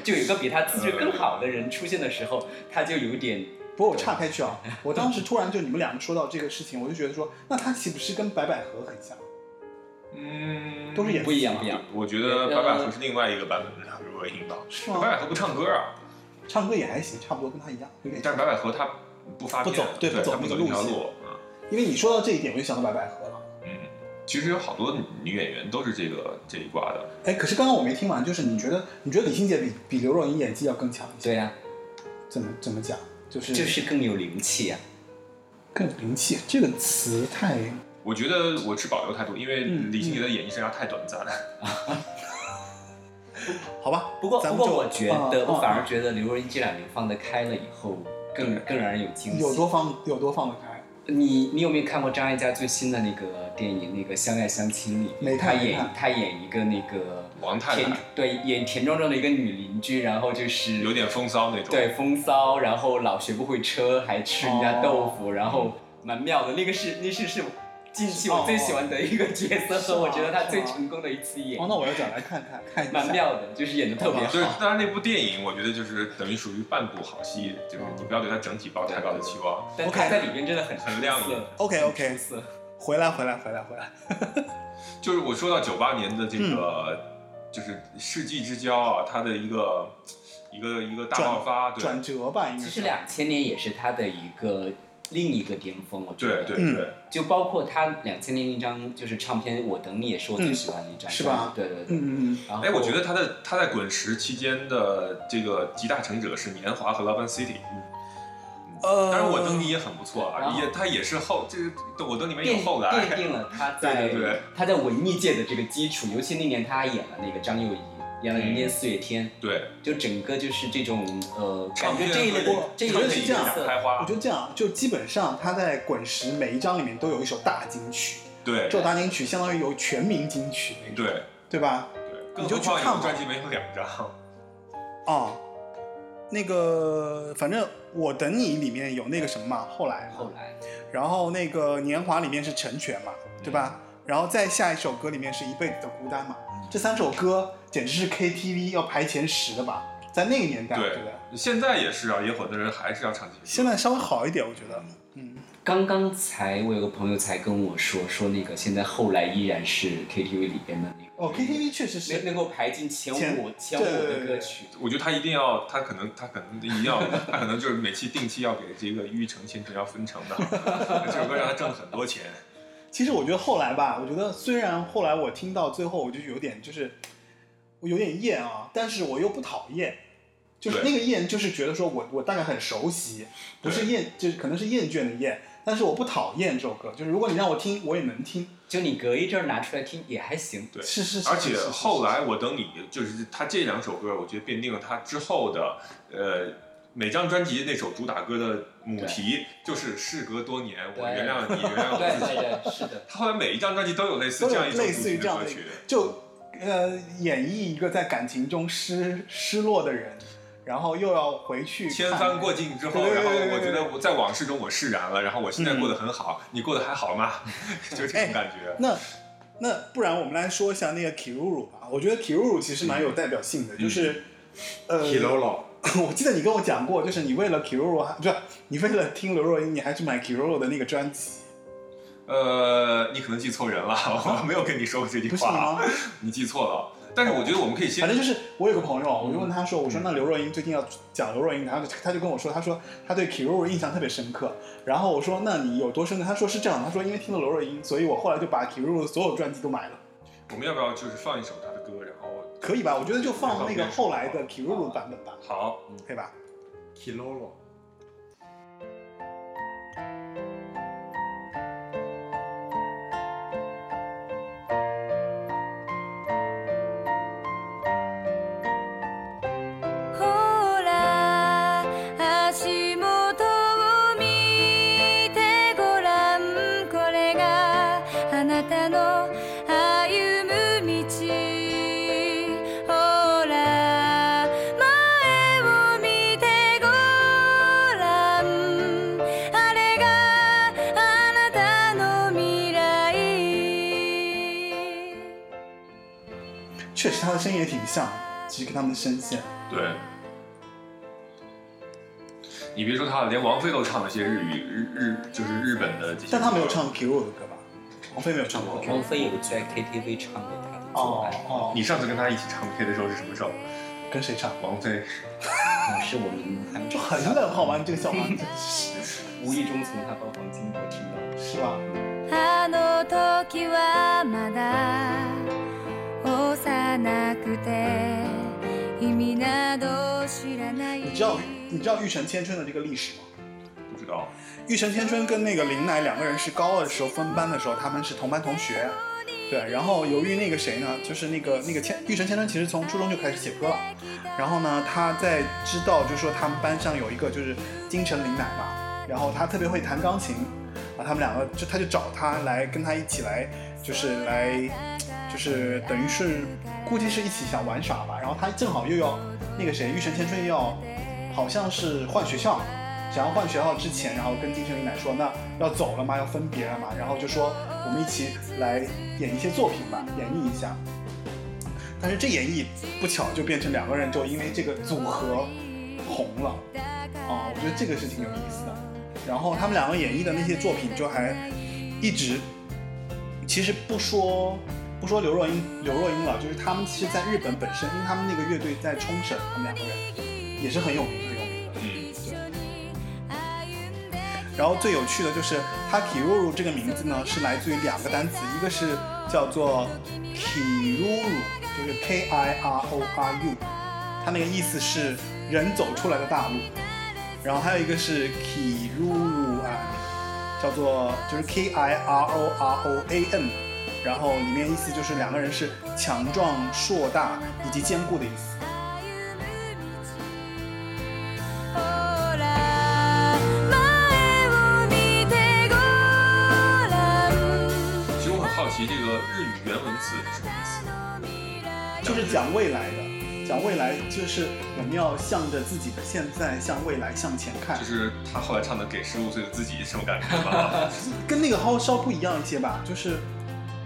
S3: 就有一个比她资质更好的人出现的时候，她就有点
S1: 不过我岔开去 啊，我当时突然就你们两个说到这个事情，我就觉得说，那他岂不是跟白百合很像？
S2: 嗯，
S1: 都是演
S3: 不一样，不一样。
S2: 我觉得白百合是另外一个版本的啊《如若英》吧。
S1: 呃是
S2: 白
S1: 吗？
S2: 百合不唱歌啊，
S1: 唱歌也还行，差不多跟他一样，有点
S2: 但
S1: 像。
S2: 是白百合她不发片，
S1: 不走对
S2: 对，
S1: 不走
S2: 她不走
S1: 那个
S2: 这
S1: 路
S2: 条
S1: 线
S2: 路。嗯
S1: 因为你说到这一点，我就想到白百合了。
S2: 嗯，其实有好多女演员都是这个这一挂的。
S1: 哎，可是刚刚我没听完，就是你觉得你觉得李心洁比比刘若英演技要更强一些？
S3: 对呀、
S1: 怎么怎么讲？就是
S3: 就是更有灵气啊。
S1: 更灵气这个词太
S2: 我觉得我持保留态度，因为
S1: 嗯
S2: 李心洁的演艺生涯太短暂了。
S1: 好吧，
S3: 不过
S1: 咱
S3: 不
S1: 们
S3: 过
S1: 就
S3: 我觉
S1: 啊
S3: 得，
S1: 啊
S3: 我反而
S1: 啊
S3: 觉得刘若英这两年放得开了以后，更更让人有惊喜。
S1: 有多放有多放得开。
S3: 你你有没有看过张艾嘉最新的那个电影《那个相爱相亲》里
S1: 没
S3: 面，
S1: 看
S3: 她
S1: 没
S3: 演
S1: 看
S3: 她演一个那个
S2: 王太太
S3: 田对演田壮壮的一个女邻居，然后就是
S2: 有点风骚那种。
S3: 对，风骚，然后老学不会车，还吃人
S1: 哦
S3: 家豆腐，然后蛮妙的。那个是那是是近期我最喜欢的一个角色，
S1: 是吗
S3: 我觉得他最
S1: 是吗
S3: 成功的一次演，
S1: 哦，那我要找来看看看一
S3: 蛮
S1: 下。
S3: 妙的，就是演的特别
S2: 就是
S3: 好。，
S2: 当然那部电影，我觉得就是等于属于半部好戏，就是
S1: 嗯
S2: 你不要对它整体抱太高的期望。
S3: 但他在里面真的很出色
S2: 很亮眼
S1: OK，OK
S3: 很出色
S1: 回来回来回来回来，
S2: 就是我说到九八年的这
S1: 嗯
S2: 个，就是世纪之交啊，它的一个一个一个大爆发，对
S1: 转折吧，应该
S3: 其
S1: 是
S3: 实两千年也是他的一个另一个巅峰，我觉
S2: 对
S3: 得。
S2: 对
S1: 嗯
S2: 对，
S3: 就包括他两千年那张就是唱片《我等你》也是我最喜欢的一
S1: 嗯
S3: 张，
S1: 是吧
S3: 对对对。
S1: 嗯嗯
S3: 然后
S2: 哎，我觉得他在他在滚石期间的这个集大成者是年华和 Love and City。
S1: 嗯，呃，
S2: 当然，我登你也很不错
S3: 然
S2: 啊，
S3: 后
S2: 也他也是后，这个我登你们
S3: 奠
S2: 有后来，
S3: 奠定了他在
S2: 对对对
S3: 他在文艺界的这个基础，尤其那年他还演了那个张幼仪，演了《人间
S2: 嗯
S3: 四月天》
S2: 对，
S3: 就整个就是这种呃，感
S2: 唱
S3: 觉
S2: 片
S3: 这一类
S2: 和
S3: 的这一类
S1: 我
S3: 的
S1: 觉得是
S3: 角
S1: 这样
S3: 色，
S2: 开花
S1: 我，就这样，啊就基本上他在滚石每一张里面都有一首大金曲，
S2: 对
S1: 这首大金曲相当于有全民金曲那种，
S2: 对
S1: 对吧？
S2: 对，
S1: 你
S2: 更
S1: 就
S2: 何
S1: 去
S2: 况
S1: 看
S2: 有
S1: 吧
S2: 专辑没有两张，
S1: 哦，那个反正我等你里面有那个什么嘛，后来嘛
S3: 后来
S1: 然后那个年华里面是成全嘛，对吧？
S3: 嗯
S1: 然后再下一首歌里面是一辈子的孤单嘛，这三首歌简直是 KTV 要排前十的吧，在那个年代，我觉得
S2: 对，现在也是啊，也很多人还是要唱这些
S1: 现
S2: 歌。
S1: 在稍微好一点，我觉得，嗯，
S3: 刚刚才我有个朋友才跟我说，说那个现在后来依然是 KTV 里边的那个
S1: 哦，KTV 确实
S3: 能
S1: 是
S3: 能够排进前
S1: 前
S3: 五前五
S1: 对对对
S3: 的
S1: 对
S3: 歌
S1: 对
S3: 曲，
S2: 我觉得他一定要，他可能他可能一定要，他可能就是每期定期要给这个玉成千城要分成的， 这首歌让他挣了很多钱。
S1: 其实我觉得后来吧，我觉得虽然后来我听到最后，我就有点就是我有点厌啊，但是我又不讨厌，就是那
S2: 对
S1: 个厌，就是觉得说我我大概很熟悉，不是厌，就是可能是厌倦的厌，但是我不讨厌这首歌，就是如果你让我听，我也能听，
S3: 就你隔一阵儿拿出来听也还行。
S2: 对
S1: 是是是，
S2: 而
S1: 是
S2: 且
S1: 是是
S2: 后来我等你，就是他这两首歌，我觉得奠定了他之后的，呃，每张专辑那首主打歌的母题就是事隔多年，我
S3: 对
S2: 原谅你，原谅
S3: 对
S2: 我自己。
S3: 对对，是的。
S2: 他后来每一张专辑都有类似
S1: 都
S2: 这
S1: 有
S2: 样一首
S1: 类似于这
S2: 主题
S1: 样
S2: 歌
S1: 的
S2: 曲，
S1: 就呃演绎一个在感情中失失落的人，然后又要回去
S2: 千
S1: 看
S2: 帆过尽之后，
S1: 对
S2: 然后
S1: 对对
S2: 我觉得
S1: 对
S2: 我在往事中我释然了，然后我现在过得很好，你过得还好吗？就
S1: 哎
S2: 这种感觉。
S1: 那那不然我们来说一下那个 Kiruru 吧，我觉得 Kiruru 其实蛮有代表性的，就是
S2: 嗯
S1: 呃
S4: k i l o l o
S1: 我记得你跟我讲过，就是你为了 Kiruru，还不是你为了听刘若英，你还去买 Kiruru 的那个专辑，
S2: 呃，你可能记错人了， 我没有跟你说过这句
S1: 不是你
S2: 话啊
S1: 吗，？
S2: 你记错了。但是我觉得我们可以先
S1: 反正就是我有个朋友，我就问他说，我说那刘若英最近要讲刘若英，然后他就跟我说，他说他对 Kiruru 印象特别深刻。然后我说那你有多深刻？他说是这样的，他说因为听了刘若英，所以我后来就把 Kiruru 所有专辑都买了，
S2: 我们要不要就是放一首他的歌，然后
S1: 可以吧？我觉得就放那个后来的 Kiruru 版本吧，
S2: 好，
S1: 可以吧？
S4: k i l o l o
S5: ほら足元を見てごらんこれがあなたの歩む道ほら前を見てごらんあれがあなたの未来
S1: 确实他的声音也挺像，其实跟他们的声线。
S2: 对。你别说他了，连王菲都唱了些日语、日日就是日本的这些歌。
S1: 但他没有唱 Kiruru 的歌吧？王菲没有唱过 Kiruru。
S3: 王菲有在 KTV 唱过他的作
S1: 哦
S3: 案，
S1: 哦，
S2: 你上次跟他一起唱 K 的时候是什么时候？
S1: 跟谁唱？
S2: 王菲。
S3: 哦是我们还
S1: 就很冷好吗？你这个小王子
S3: 无意中从他包黄金国听到的。
S1: 是吧？
S5: あの時はまだ幼くて意味など知らない
S1: 你知道你知道玉城千春的这个历史吗？
S2: 不知道。
S1: 玉城千春跟那个林乃两个人是高二的时候分班的时候，他们是同班同学。对，然后由于那个谁呢，就是那个那个千玉成千春，其实从初中就开始写歌了。然后呢，他在知道就是说他们班上有一个就是金城林乃嘛，然后他特别会弹钢琴，啊，他们两个就他就找他来跟他一起来，就是来就是等于是估计是一起想玩耍吧。然后他正好又要那个谁玉成千春又要好像是换学校，想要换学校之前，然后跟金城林乃说那要走了嘛，要分别了嘛，然后就说我们一起来演一些作品吧，演绎一下。但是这演绎不巧就变成两个人就因为这个组合红了，啊、我觉得这个是挺有意思的。然后他们两个演绎的那些作品就还一直，其实不说不说刘若英刘若英了，就是他们是在日本本身，因为他们那个乐队在冲绳，他们两个人也是很有名很有名的。
S2: 嗯，
S1: 然后最有趣的就是 Hakiruru 这个名字呢，是来自于两个单词，一个是叫做 Kiruru，就是 K I R O R U，它那个意思是人走出来的大陆。然后还有一个是 Kiruru 啊，叫做就是 K I R O R O A N，然后里面意思就是两个人是强壮、硕大以及坚固的意思。
S5: ほら前を見てごらん
S2: 其实我很好奇这个日语原文词是什么意思。
S1: 就是讲未来的，讲未来就是我们要向着自己的现在，向未来向前看
S2: 就，是他后来唱的《给十五岁的自己》什么感觉吧？
S1: 跟那个稍稍不一样一些吧，就是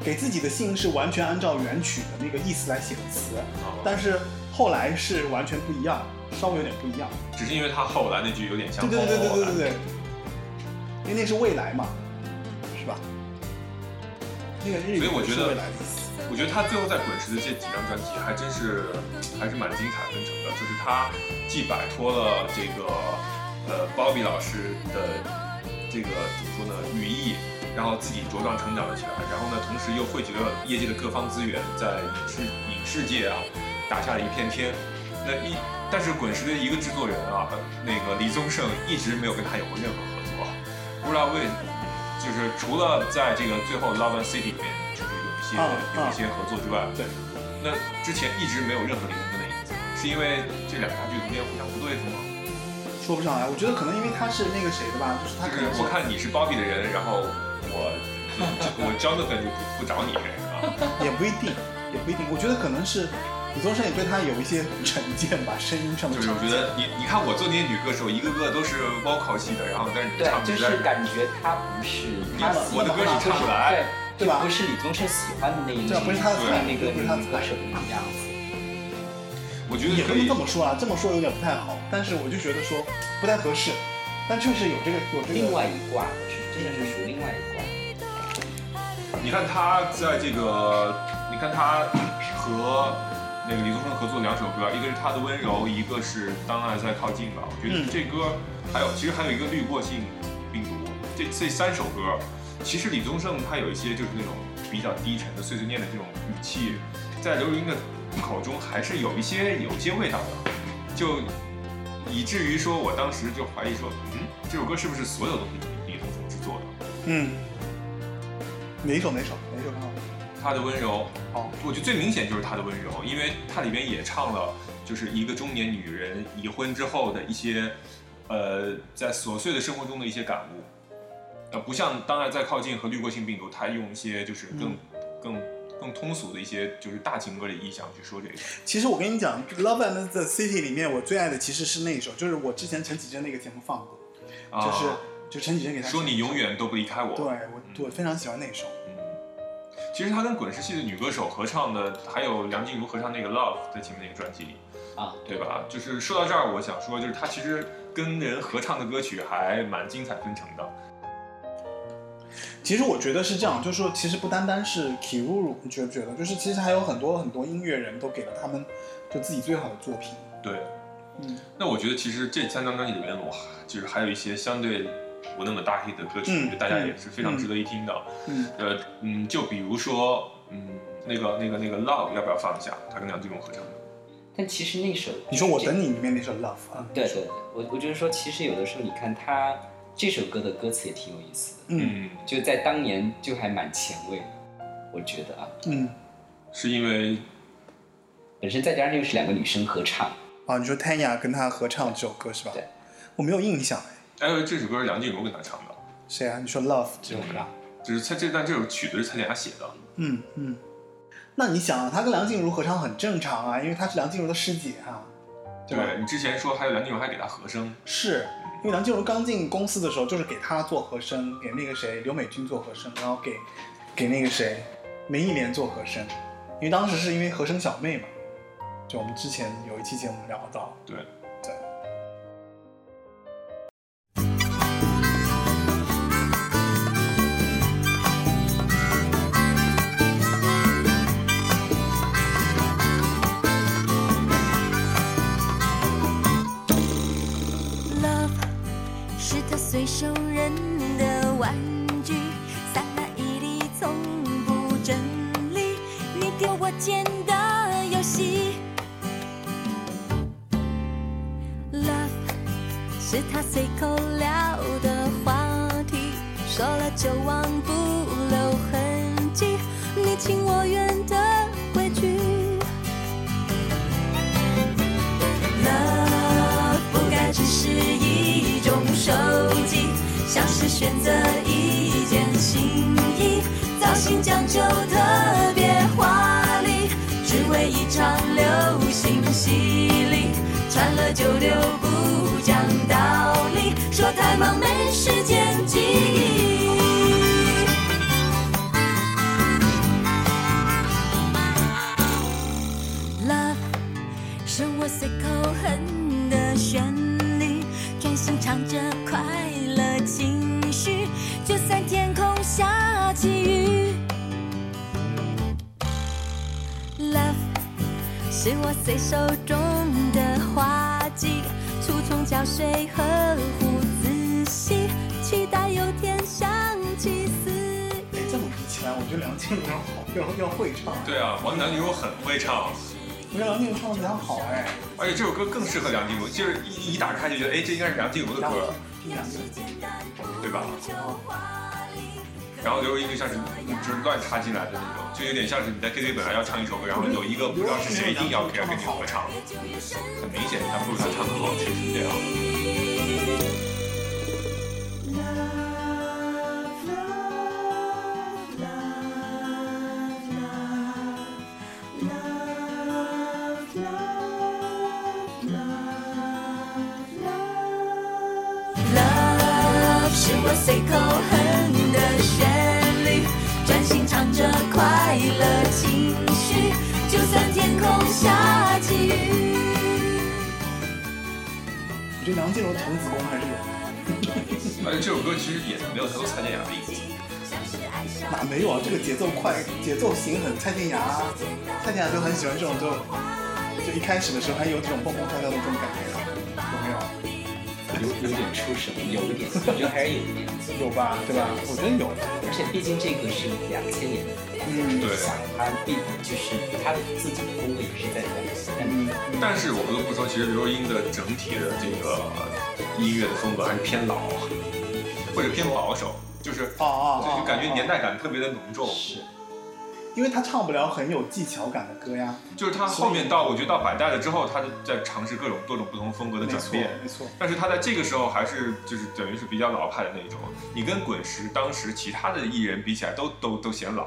S1: 给自己的信是完全按照原曲的那个意思来写的词，但是后来是完全不一样，稍微有点不一样。
S2: 只是因为他后来那句有点像
S1: 对对对对
S2: 后哎
S1: 对
S2: 来
S1: 对对，因为那是未来嘛，是吧？那个日语
S2: 所以我觉
S1: 是
S2: 得
S1: 未来的意思。
S2: 我觉得他最后在滚石的这几张专辑还真是还是蛮精彩纷呈的，就是他既摆脱了这个呃鲍比老师的这个怎么说呢语义，然后自己茁壮成长了起来，然后呢，同时又汇集了业界的各方资源，在影视影视界啊打下了一片天。那一但是滚石的一个制作人啊，那个李宗盛一直没有跟他有过任何合作，啊不知道为就是除了在这个最后《Love and City》里面，就是有一些、
S1: 嗯
S2: 有一些合作之外，
S1: 对，
S2: 那之前一直没有任何李宗盛的影子，是因为这两个大剧中间互相不对付吗？
S1: 说不上来，我觉得可能因为他是那个谁的吧，就是他可
S2: 就是
S1: 能是
S2: 我看你是包庇的人，然后我我我 Jonathan 就不不找你啊是吧？
S1: 也不一定，也不一定。我觉得可能是李宗盛也对他有一些成见吧，声音上的
S2: 就是
S1: 成
S2: 我觉
S1: 见。
S2: 得你你看我做那些女歌手，一个个都是 vocal 系的，然后但是你
S3: 对
S2: 唱，不
S3: 就
S2: 出来
S3: 是。感觉他不是他
S2: 你
S3: 喜
S2: 我的歌你唱不来，
S3: 对，
S1: 对吧
S3: 就不是李宗盛喜欢的那一
S1: 对啊不是他的
S2: 菜
S3: 那个
S1: 不是他的
S3: 女歌
S1: 菜
S3: 手的那个样子。
S2: 我觉得
S1: 也不
S2: 可
S1: 能
S2: 以
S1: 这。么说啊，这么说有点不太好，但是我就觉得说不太合适，但确实有这个有这个。
S3: 另外一挂，是真的是属于另外一挂。
S2: 你看他在这个，你看他和那个李宗盛合作两首歌，一个是他的温柔，一个是当爱在靠近吧。我觉得
S1: 嗯
S2: 这歌还有，其实还有一个滤过性病毒，这这三首歌，其实李宗盛他有一些就是那种比较低沉的碎碎念的这种语气，在刘若英的口中还是有一些有一些味道的，就以至于说我当时就怀疑说，嗯，这首歌是不是所有都是李宗盛制作的？
S1: 嗯，哪一首哪一首哪一首更好？
S2: 他的温柔。
S1: 哦，
S2: 我觉得最明显就是她的温柔，因为它里面也唱了，就是一个中年女人已婚之后的一些，呃，在琐碎的生活中的一些感悟。呃，不像《当爱在靠近》和《滤过性病毒》，它用一些就是更、
S1: 嗯
S2: 更更通俗的一些就是大情歌的意象去说这个。
S1: 其实我跟你讲，《Love and the City》里面我最爱的其实是那一首，就是我之前陈绮贞那个节目放过，
S2: 啊、
S1: 就是就陈绮贞给他
S2: 说你永。远都不离开我。
S1: 对我我非常喜欢那一首，
S2: 嗯其实她跟滚石系的女歌手合唱的，还有梁静茹合唱那个《Love》在前面那个专辑里，
S3: 啊，
S2: 对吧？就是说到这儿，我想说，就是他其实跟人合唱的歌曲还蛮精彩纷呈的。
S1: 其实我觉得是这样，就是说，其实不单单是 Kiruru，你觉不觉得？就是其实还有很多很多音乐人都给了他们就自己最好的作品。
S2: 对，
S1: 嗯
S2: 那我觉得其实这三张专辑里面，我还就是还有一些相对不那么大 hit 的歌曲，
S1: 嗯
S2: 大家也是非常值得一听的。
S1: 嗯
S2: 呃，嗯，就比如说，嗯，那个那个那个 Love 要不要放一下？他跟梁静茹合唱的。
S1: 嗯
S3: 但其实那首
S1: 你说我等你里面那首 Love 啊，
S3: 对对，对，我我就是说，其实有的时候你看他这首歌的歌词也挺有意思的，
S1: 嗯，
S2: 嗯，
S3: 就在当年就还蛮前卫的。我觉得啊，
S1: 嗯，
S2: 是因为
S3: 本身再加上又是两个女生合唱，
S1: 啊，你说 Tanya 跟他合唱这首歌是吧？
S3: 对，
S1: 我没有印象哎，
S2: 哎，这首歌是梁静茹跟他唱的，
S1: 谁啊？你说 Love 这首歌啊？
S2: 就是蔡这但这首曲子是蔡健雅写的，
S1: 嗯嗯，那你想啊，他跟梁静茹合唱很正常啊，因为她是梁静茹的师姐啊，
S2: 对
S1: 吧？
S2: 你之前说还有梁静茹还给他和声，
S1: 是因为梁静茹刚进公司的时候，就是给她做和声，给那个谁刘美君做和声，然后给给那个谁梅忆莲做和声，因为当时是因为和声小妹嘛，就我们之前有一期节目聊到，
S2: 对，
S1: 对。
S5: Love 是他随手扔的玩具，撒满一地，从不整理。你丢我捡的游戏。Love 是他随口聊的话题，说了就忘，不留痕迹。你情我愿的规矩。Love 不该只是一种手机，像是选择一件新衣，造型讲究特别华丽，只为一场流行洗礼，穿了就丢，不讲道理，说太忙没时间记忆。Love 是我随口哼的旋律，专心唱着快乐情绪，就算天空下起雨。Love 是我随手种的花季，除虫浇水，呵护仔细，期待有天想起肆意。
S1: 哎这么比起来，我觉得梁静茹要好，要要会唱。
S2: 对啊，王梁静茹很会唱，
S1: 我觉得梁静茹唱的比她好哎。
S2: 而且这首歌更适合梁静茹，就是一一打开就觉得，哎，这应该是梁静茹的歌，
S1: 听梁静茹
S2: 对吧？然后刘若英就像是就是乱插进来的那种，就有点像是你在 KTV 本来要唱一首歌，然后有一个不知道是谁硬要给要跟你合唱，很明显，但不如他唱的好，确实这样。
S5: Love 是我随口哼的旋律，专心唱着快乐情绪，就算天空下起雨。
S1: 我觉得梁静茹童子功还是有的。
S2: 而且这首歌其实也没有太多蔡健雅的意思，
S1: 哪没有啊？这个节奏快，节奏型很蔡健雅啊，蔡健雅就很喜欢这种，就就一开始的时候还有这种蹦蹦跳跳的这种感觉，有没有？
S3: 有有点出神，有一点，我觉得还是有 一点。
S1: 有吧，对吧？我觉得有。
S3: 而且毕竟这个是两千年的歌，
S1: 嗯，
S2: 对。
S3: 想他毕就是他自己的风格也是在这里。
S1: 嗯，
S2: 但是我不得不说，其实刘若英的整体的这个音乐的风格还是偏老，或者偏保守，就是
S1: 哦哦
S2: 就
S1: 哦，
S2: 就感觉年
S1: 代，
S2: 代感特别的浓重。
S3: 是，
S1: 因为他唱不了很有技巧感的歌呀。
S2: 就是她后面到我觉得到百代了之后，她就在尝试各种各种不同风格的
S1: 没
S2: 转
S1: 错，
S2: 变。
S1: 没错。
S2: 但是她在这个时候还是就是等于是比较老派的那一种，你跟滚石当时其他的艺人比起来都都都显老，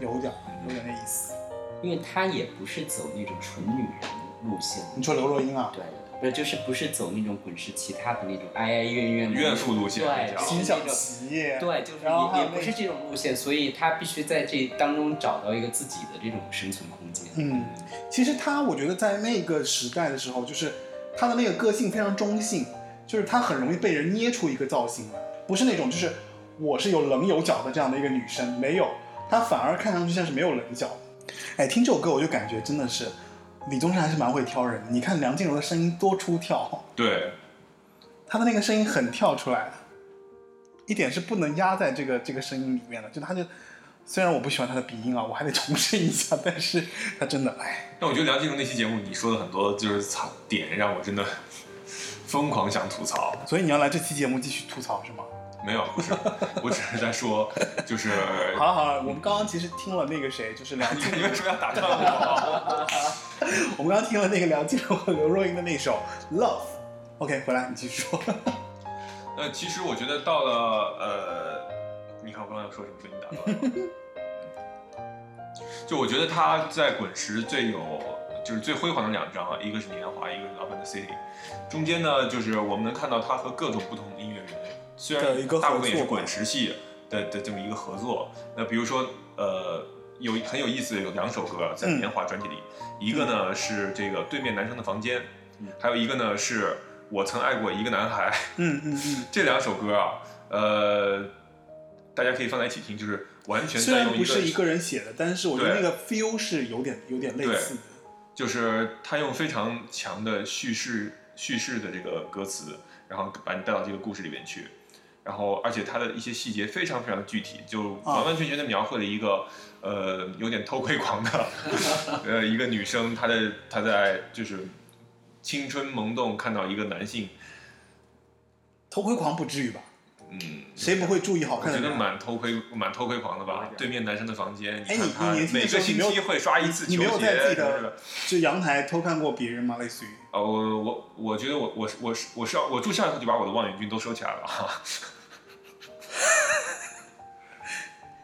S1: 有点儿，有点那意思。
S3: 因为他也不是走那种纯女人路线，
S1: 你说刘若英啊，
S3: 对，不是就是不是走那种滚石其他的那种哀哀怨怨的
S2: 怨妇路线
S3: 对
S2: 这样，
S1: 辛晓琪，
S3: 对，就是
S1: 然后还
S3: 也
S1: 有
S3: 也不是
S1: 那
S3: 这种路线，所以他必须在这当中找到一个自己的这种生存空间。
S1: 嗯，其实他我觉得在那个时代的时候，就是他的那个个性非常中性，就是他很容易被人捏出一个造型来，不是那种就是我是有棱有角的这样的一个女生，没有，她反而看上去像是没有棱角。哎，听这首歌我就感觉真的是李宗盛还是蛮会挑人的，你看梁静茹的声音多出挑，
S2: 对，
S1: 她的那个声音很跳出来，一点是不能压在这个这个声音里面的，就她就。虽然我不喜欢她的鼻音啊，我还得重 申一下，但是她真的，哎，
S2: 那我觉得梁静茹那期节目你说的很多就是槽点，让我真的疯狂想吐槽。
S1: 所以你要来这期节目继续吐槽是吗？
S2: 没有，不是，我只是在说，就是
S1: 好了好了，我们刚刚其实听了那个谁，就是梁 静
S2: 你为什么要打断我？
S1: 我们刚刚听了那个梁静茹和刘若英的那首《Love》。OK，回来你继续说。
S2: 呃，其实我觉得到了呃，你看我刚刚要说什么被你打断了。就我觉得他在滚石最有就是最辉煌的两张啊，一个是《年华》，一个是《Love and City》。中间呢，就是我们能看到他和各种不同的音乐人，虽
S1: 的一个合作
S2: 然大部分也是滚石系的的这么一个合作。那比如说呃，有很有意思，有两首歌啊在
S1: 嗯
S2: 《年华》专辑里，一个呢是这个对面男生的房间，还有一个呢是我曾爱过一个男孩。
S1: 嗯嗯嗯，
S2: 这两首歌啊，呃，大家可以放在一起听，就是完全
S1: 虽
S2: 在
S1: 然
S2: 用
S1: 不
S2: 一
S1: 是一
S2: 个，
S1: 个人写的，但是我觉得那
S2: 对
S1: 个 feel 是有点有点类似的。
S2: 就是他用非常强的叙事叙事的这个歌词，然后把你带到这个故事里面去，然后而且他的一些细节非常非常具体，就
S1: 啊
S2: 完完全全的描绘了一个。呃，有点偷窥狂的， 呃，一个女生，她的她在就是青春萌动，看到一个男性，
S1: 偷窥狂不至于吧？
S2: 嗯，
S1: 谁不会注意好
S2: 我
S1: 看
S2: 觉
S1: 的
S2: 得
S1: 人？
S2: 蛮偷窥、蛮偷窥狂的吧？对面男生的房间，
S1: 哎
S2: 看
S1: 你
S2: 他
S1: 你年轻的
S2: 每
S1: 时
S2: 个
S1: 候你
S2: 星
S1: 没有
S2: 期会刷一次球
S1: 你没
S2: 鞋，
S1: 有在自己
S2: 是吧
S1: 的就阳台偷看过别人吗？类似于
S2: 呃，我我我觉得我我是我是我是要我住校以后就把我的望远镜都收起来了啊哈。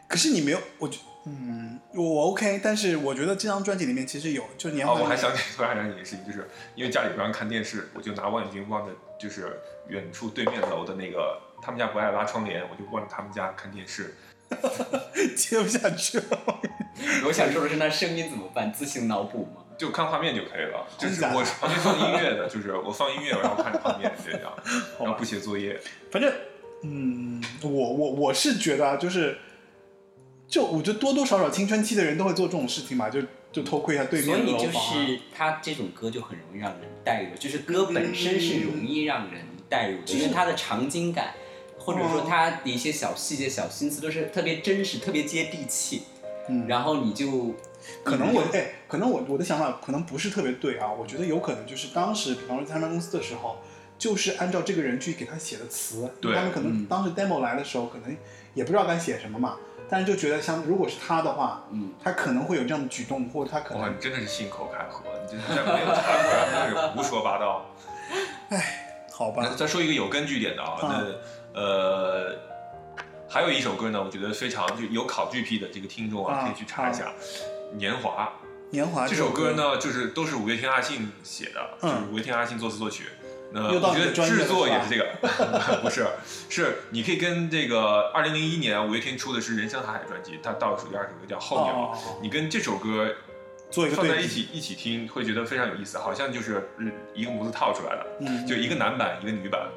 S1: 可是你没有，我觉嗯，我我 OK，但是我觉得这张专辑里面其实有，就是年
S2: 啊，
S1: 华、
S2: 我还想起突然想起一件事情，就是因为家里不让看电视，我就拿望远镜望着就是远处对面楼的那个，他们家不爱拉窗帘，我就望着他们家看电视。
S1: 接不下去了。
S3: 我想说的是，那声音怎么办？自行脑补吗？
S2: 就看画面就可以了，就
S1: 真
S2: 是
S1: 假的
S2: 我是旁边放音乐的，就是我放音乐，然后看着画面这 样，
S1: 好吧
S2: 然后不写作业。
S1: 反正，嗯，我我我是觉得啊，就是，就我觉得多多少少青春期的人都会做这种事情嘛，就就偷窥一下对
S3: 所
S1: 面的
S3: 以
S1: 楼
S3: 就
S1: 房啊、
S3: 是他这种歌就很容易让人带入，就是歌本
S1: 嗯
S3: 身是容易让人带入的，因为它的场景感，或者说它的一些小细节、小心思都是特别真实、特别接地气。
S1: 嗯
S3: 然后你就
S1: 可能我
S3: 嗯
S1: 哎，可能我我的想法可能不是特别对啊，我觉得有可能就是当时，比方说参加公司的时候，就是按照这个人去给他写的词，因为
S2: 对
S1: 他们可能
S3: 嗯
S1: 当时 demo 来的时候，可能也不知道该写什么嘛，但是就觉得像如果是他的话，
S3: 嗯，
S1: 他可能会有这样的举动，或者他可
S2: 哇，
S1: 能
S2: 你真的是信口开河，你这在没有查过，然后开始胡说 八道。
S1: 好吧，
S2: 再说一个有根据点的啊，
S1: 嗯
S2: 那呃，还有一首歌呢，我觉得非常就有考据癖的这个听众啊，
S1: 嗯
S2: 可以去查一下《年华
S1: 年华》
S2: 这首歌，呢，就是都是五月天阿信写的，
S1: 嗯
S2: 就是五月天阿信作词作曲。那
S1: 又到
S2: 我觉
S1: 你
S2: 得
S1: 的专业了
S2: 制作
S1: 是吧
S2: 也是这个， 不是，是你可以跟这个二零零一年五月天出的是《人生海海》专辑，它倒数第二首歌叫《候鸟》
S1: 哦哦哦
S2: 你跟这首歌
S1: 做一个
S2: 放在
S1: 对
S2: 一
S1: 比，
S2: 起一起听，会觉得非常有意思，好像就是嗯一个模子套出来的，
S1: 嗯，
S2: 就一个男版一个女版。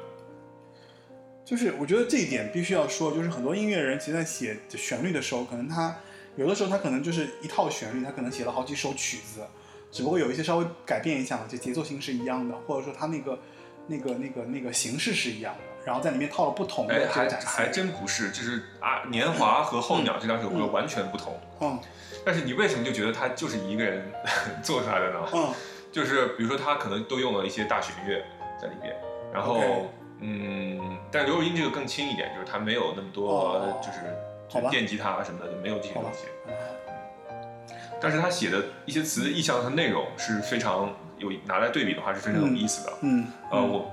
S1: 就是我觉得这一点必须要说，就是很多音乐人其实在写旋律的时候，可能他有的时候他可能就是一套旋律，他可能写了好几首曲子，只不过有一些稍微改变一下嘛，就节奏型是一样的，或者说他那个那个那个那个形式是一样的，然后在里面套了不同
S2: 哎
S1: 的，嗯这
S2: 还
S1: 个展
S2: 还
S1: 现。
S2: 真不是，就是啊，《年华》和《候鸟》这两首歌完全不同。
S1: 嗯
S2: 但是你为什么就觉得他就是一个人 做出来的呢？
S1: 嗯，
S2: 就是比如说他可能都用了一些大弦乐在里边，然后
S1: OK
S2: 嗯，但刘若英这个更轻一点，就是他没有那么
S1: 哦
S2: 多就是
S1: 好吧
S2: 电吉他啊什么的，就没有这些
S1: 好
S2: 东
S1: 吧
S2: 西。但是他写的一些词的意象和内容是非常有拿来对比的话是非常有
S1: 嗯
S2: 意思的。
S1: 嗯，
S2: 呃，
S1: 嗯
S2: 我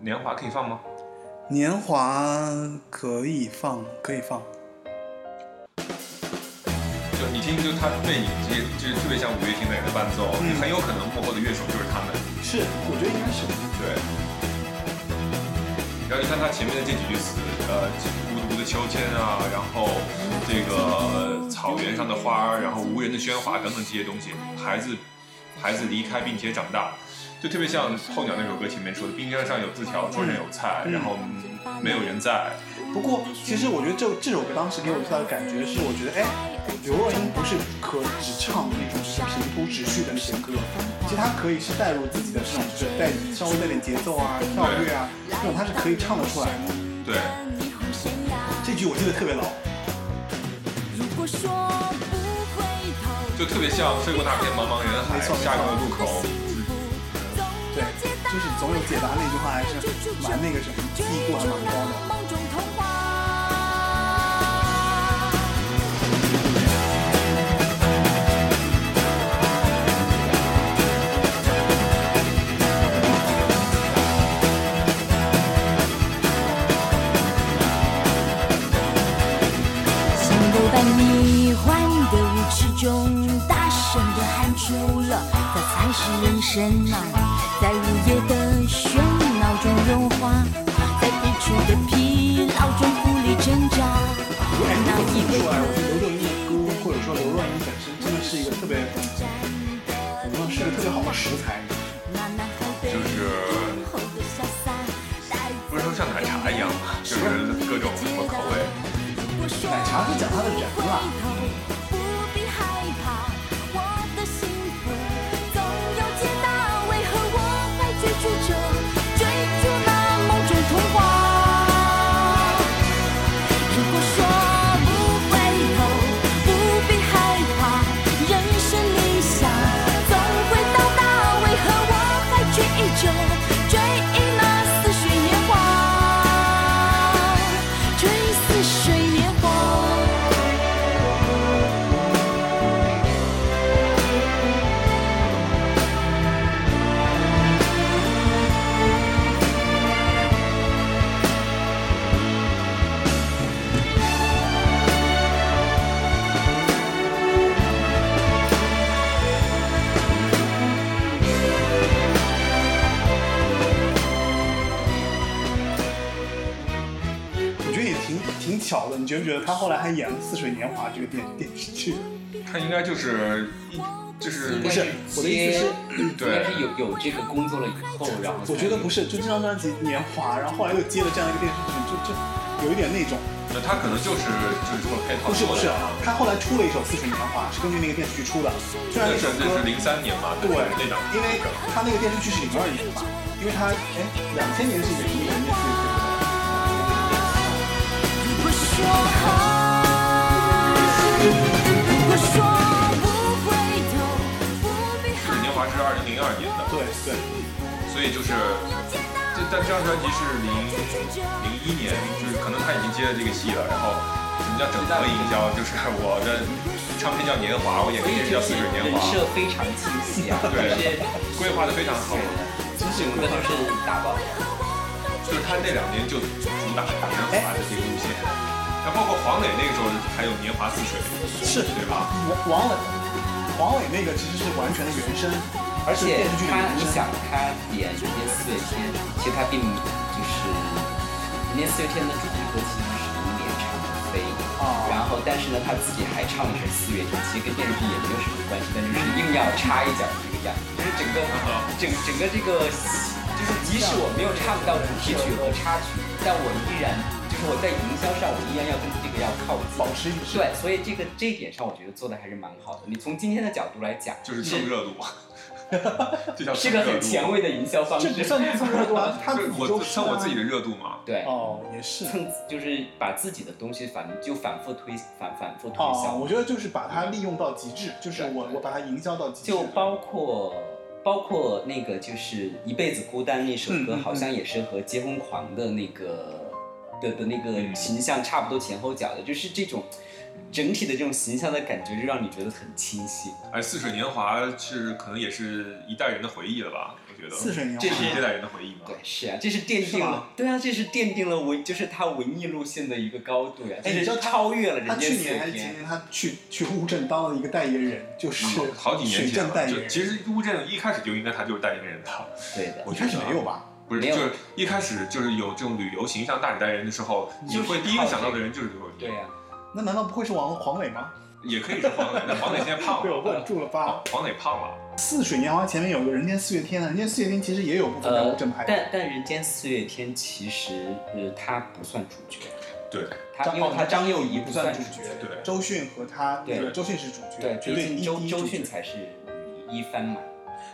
S2: 年华可以放吗？
S1: 年华可以放，可以放。
S2: 就你听，就他对你直接就是特别像五月天的人的伴奏，
S1: 嗯
S2: 很有可能幕后的乐手就是他们。
S1: 是，我觉得应该是。
S2: 对。然后你看他前面的这几句词，呃，孤独的秋千啊，然后这个呃草原上的花儿，然后无人的喧哗等等这些东西，孩子，孩子离开并且长大，就特别像候鸟那首歌前面说的，冰箱上有字条，桌上有菜，然后嗯没有人在，
S1: 不过，其实我觉得这这首歌当时给我最大的感觉是，我觉得哎，刘若英不是可只唱那种就是平铺直叙的那些歌，其实她可以是带入自己的这种就是带稍微带点节奏啊、跳跃啊，这种她是可以唱得出来的。
S2: 对。
S1: 这句我记得特别牢。
S5: 如果说不回头，
S2: 就特别像飞过那片茫茫人海
S1: 没错没错
S2: 下一个路口
S1: 对，就是总有解答那句话还是蛮那个什么，意义度还蛮高的。
S5: 梦中童话。在迷幻的舞池中，大声的喊出了，这才是人生啊！在午夜的喧闹中融化，在日出的疲劳中无力挣扎。那一
S1: 说
S5: 位
S1: 哎，我觉得刘若英的歌，或者说刘若英本身，真的是一个特别，怎么说，是个特别好的食材。
S2: 就是不是说像奶茶一样，就是各种什么口味。
S1: 奶茶是讲他的人啦，
S5: 如果说不回头，不必害怕，人生理想总会到达。为何我还追着追忆那似水年华，追似水年华？
S1: 我觉得也挺挺巧的。你觉不觉得他后来还演了《似水年华》这个电电视剧？
S2: 它应该就是一就是
S3: 不
S1: 是我的意思是
S2: 对
S3: 应该是有有这个工作了以后，然后
S1: 我觉得不
S3: 是，
S1: 是，就这张专辑《年华》，然后后来又接了这样一个电视剧，就就有一点那种。
S2: 那它呃可能就是就是这么配套
S1: 不是不
S2: 做
S1: 是
S2: 的。，
S1: 他后来出了一首《似水年华》，是根据那个电视剧出的。虽然那
S2: 那是
S1: 首
S2: 那
S1: 歌
S2: 是零三年嘛，
S1: 对
S2: 那档，
S1: 因为他那个电视剧是零二年吧，因为他哎，两千年是演一个人电视剧对不对。
S5: 如果说爱，如果说不回头，不必
S2: 《水
S5: 害
S2: 年华》是二零零二年的，
S1: 对对，
S2: 所以就是这但这张专辑是零零一年，就是可能他已经接了这个戏了，然后什么叫整合营销？就是 我的唱片叫《年华》，我演
S3: 所
S2: 个电
S3: 以
S2: 视
S3: 这
S2: 叫《
S3: 些
S2: 似水年
S3: 人
S2: 华》，
S3: 设非常清晰啊，就是
S2: 对规划的非常好，
S3: 真是整个都是打包的。
S2: 就是他那两年就主打年华的这个路线，
S3: 哎
S2: 然后包括黄磊那个时候还有《年华似水》，
S1: 是
S2: 对吧？
S1: 王王伟，王伟那个其实是完全的原声，而
S3: 而
S1: 是
S3: 且
S1: 电视剧里
S3: 他
S1: 面，
S3: 你
S1: 原声
S3: 想。他演《人间四月天》，其实他并就是《人间四月天》的主题歌其实是一年唱的飞，
S1: 哦
S3: 然后但是呢他自己还唱了一首《四月天》，其实跟电视剧也没有什么关系，但就是
S1: 嗯
S3: 硬要插一脚这个样，就是整
S2: 嗯
S3: 个整整个这个就是即使我没有唱到主题曲和插曲，但我依然就是我在营销上我依然要跟这个要靠近，
S1: 保持一致
S3: 对，所以这个这一点上我觉得做的还是蛮好的。你从今天的角度来讲，
S2: 就是蹭热度， 这叫
S3: 是
S2: 蹭
S3: 个
S2: 热
S3: 很
S2: 度
S3: 前。卫的营销方式
S1: 这。不算 蹭热度啊，他
S2: 就
S1: 自
S2: 是
S1: 己
S2: 我
S1: 就
S2: 自
S1: 是
S2: 蹭我
S1: 啊
S2: 自己的热度嘛，
S3: 对，
S1: 哦，也是
S3: 蹭就是把自己的东西反就反复推反反复推销，
S1: 哦，我觉得就是把它利用到极致，就是
S3: 对
S1: 我
S3: 对
S1: 我把它营销到极致。
S3: 就包括包括那个就是一辈子孤单那首歌，
S1: 嗯嗯嗯
S3: 好像也是和结婚狂的那个的的那个
S2: 嗯
S3: 形象差不多前后脚的，就是这种整体的这种形象的感觉，就让你觉得很清晰。
S2: 哎，《似水年华》是可能也是一代人的回忆了吧？我觉得
S1: 似水年华
S2: 这是一代人的回忆嘛。嗯
S3: 对，是啊，这是奠定
S1: 是
S3: 了
S1: 吧，
S3: 对啊，这是奠定了文，就是他文艺路线的一个高度呀，啊
S1: 哎
S3: 就
S1: 你
S3: 是
S1: 知道他
S3: 超越了人
S1: 他
S3: 家
S1: 去
S3: 四
S1: 年还是前
S3: 天。
S1: 年，他去去乌镇当了一个代言人，就是
S2: 嗯好几年
S1: 水
S2: 前
S1: 镇代
S2: 了，
S1: 言
S2: 就
S1: 人。
S2: 其实乌镇一开始就应该他就是代言人的，
S3: 对的，
S2: 我
S1: 一
S2: 觉
S1: 开
S2: 得
S1: 始
S2: 啊
S1: 没有吧？
S2: 不是
S3: 没有
S2: 就是一开始就是有这种旅游形象大使代言人的时候，你
S3: 就是
S2: 会第一个
S3: 靠这
S2: 想到的
S3: 个
S2: 人就是刘若英，
S3: 对呀、啊
S1: 那难道不会是王黄磊吗？
S2: 也可以是黄磊，但黄磊现在 胖
S1: 被我
S2: 了，
S1: 问住了吧
S2: 黄？黄磊胖
S1: 啊
S2: 了，
S1: 似水年华前面有个人间四月天啊，人间四月天其实也有部分在乌
S3: 呃
S1: 镇拍，的。
S3: 但但《人间四月天》其实呃，他不算主角，
S2: 对
S3: 他
S1: 张
S3: 因为他张幼仪
S1: 不
S3: 不
S1: 算
S3: 算
S1: 主
S3: 主
S1: 角
S3: 角，，
S2: 对
S1: 周迅和他那个
S3: 对
S1: 周迅是主角，
S3: 对，
S1: 绝
S3: 毕
S1: 对
S3: 竟
S1: 一
S3: 周
S1: 第一
S3: 周
S1: 主
S3: 迅
S1: 角
S3: 才是呃一番嘛，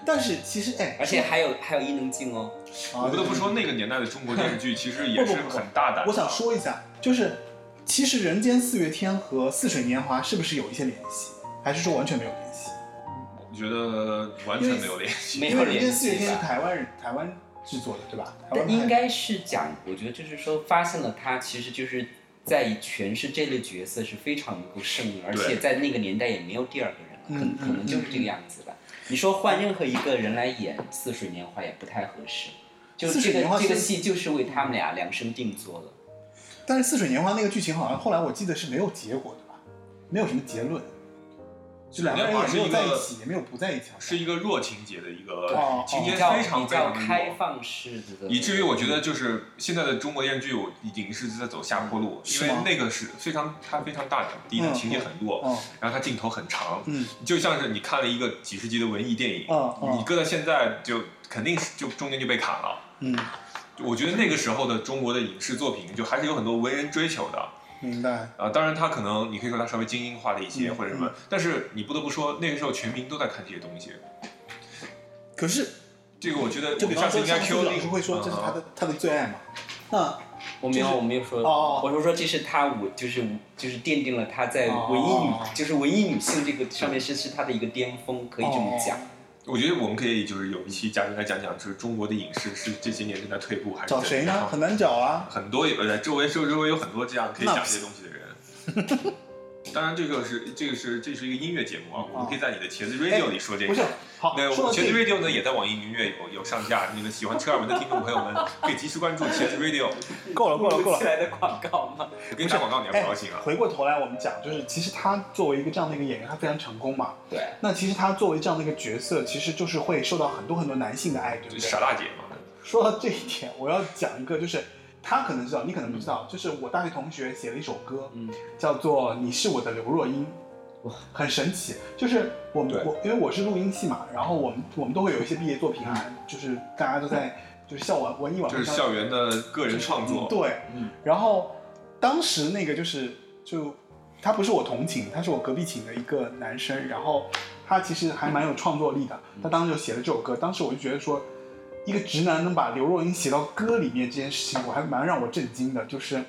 S1: 但是其实哎，
S3: 而且还有还有伊能静哦，
S1: 啊
S2: 我不得不
S1: 对
S2: 说那个年代的中国电视剧其实也
S1: 不
S2: 是
S1: 不不不
S2: 很大胆的。
S1: 啊我想说一下，就是其实《人间四月天》和《似水年华》是不是有一些联系，还是说完全没有联系？
S2: 我觉得完全没有联系。
S3: 没
S1: 因
S3: 有
S1: 为《人
S3: 联
S1: 间四月
S3: 系
S1: 天》是
S3: 吧。
S1: 台湾人台湾制作的，对吧？台湾
S3: 但
S1: 拍的
S3: 应该是讲，我觉得就是说，发现了他其实就是在诠释这类角色是非常能够胜任，而且在那个年代也没有第二个人了，可
S1: 嗯
S3: 能可能就是这个样子吧。你说换任何一个人来演《似水年华》也不太合适，就
S1: 似水
S3: 这
S1: 年华
S3: 个这个
S1: 是
S3: 戏就是为他们俩量身定做的。
S1: 但是《似水年华》那个剧情好像后来我记得是没有结果，对吧？没有什么结论，就两个人也没有在一起，也没有不在一起，
S2: 是一个弱情节的一
S1: 哦
S2: 个
S1: 哦
S2: 情节
S3: 比较
S2: 非常
S3: 比
S2: 非
S3: 较
S2: 常
S3: 开
S2: 弱。
S3: 放式的，
S2: 以至于我觉得，就是现在的中国电视剧，我已经是在走下坡路，
S1: 嗯
S2: 因
S1: 是
S2: 为
S1: 吗
S2: 那个是非常它非常大胆，第一
S1: 嗯
S2: 它情节很弱，
S1: 嗯
S2: 然后它镜头很长，
S1: 嗯
S2: 就像是你看了一个几十集的文艺电影，
S1: 嗯嗯
S2: 你搁到现在就肯定是就中间就被砍了。
S1: 嗯，
S2: 我觉得那个时候的中国的影视作品，就还是有很多文人追求的。
S1: 明白。
S2: 啊，当然，它可能你可以说它稍微精英化了一些
S1: 嗯
S2: 或者什么
S1: 嗯，
S2: 但是你不得不说，那个时候全民都在看这些东西。
S1: 可是
S2: 这个我觉得，
S1: 就
S2: 我
S1: 比
S2: 们
S1: 方
S2: 下
S1: 说，
S2: 次应该
S1: 上
S2: Q 嗯
S1: 次老
S2: 你
S1: 师会说这是他的他的最爱嘛？那
S3: 我没有，我没有说，
S1: 哦
S3: 我是说这是她我就是就是奠定了她在文艺女、
S1: 哦
S3: 就是文艺女性这个上面是是她的一个巅峰，可以这么讲。
S2: 我觉得我们可以就是有一期嘉宾来讲讲，就是中国的影视是这些年正在退步还是
S1: 找
S2: 怎
S1: 谁
S2: 样
S1: 呢？很难找啊。
S2: 很多有呃在周围周周围有很多这样可以
S1: 那
S2: 讲
S1: 不
S2: 这些东西的人。当然，这个是这个是这是一个音乐节目啊，我们可以在你的茄子 Radio 里说这
S1: 哦哎不是
S2: 个。，
S1: 好，
S2: 那
S1: 说到
S2: 茄
S1: 这
S2: 子
S1: 个，
S2: Radio 呢也在网易云音乐有有上架，那个喜欢车尔文的听众朋友们可以及时关注茄子 Radio。
S1: 够了，够了，够
S3: 录
S1: 了
S3: 起。来的广告吗？
S2: 我给你打广告，你还不高兴啊？
S1: 回过头来，我们讲，就是其实他作为一个这样的一个演员，他非常成功嘛。
S3: 对，
S1: 那其实他作为这样的一个角色，其实就是会受到很多很多男性的爱，对不哎
S2: 就
S1: 对？
S2: 傻大姐嘛，
S1: 说到这一点，我要讲一个，就是他可能知道，你可能不知
S2: 嗯
S1: 道，就是我大学同学写了一首歌，
S3: 嗯，
S1: 叫做《你是我的刘若英》，很神奇。就是我们
S2: 对
S1: 我因为我是录音系嘛，然后我们我们都会有一些毕业作品啊，就是大家都在就是校晚文艺晚
S2: 嗯就
S1: 会
S2: 是
S1: 上
S2: 校园的个人创作。
S1: 对，
S3: 嗯
S1: 然后当时那个就是就他不是我同寝，他是我隔壁寝的一个男生，然后他其实还蛮有创作力的，
S2: 嗯
S1: 他当时就写了这首歌，当时我就觉得说，一个直男能把刘若英写到歌里面这件事情，我还蛮让我震惊的，就是。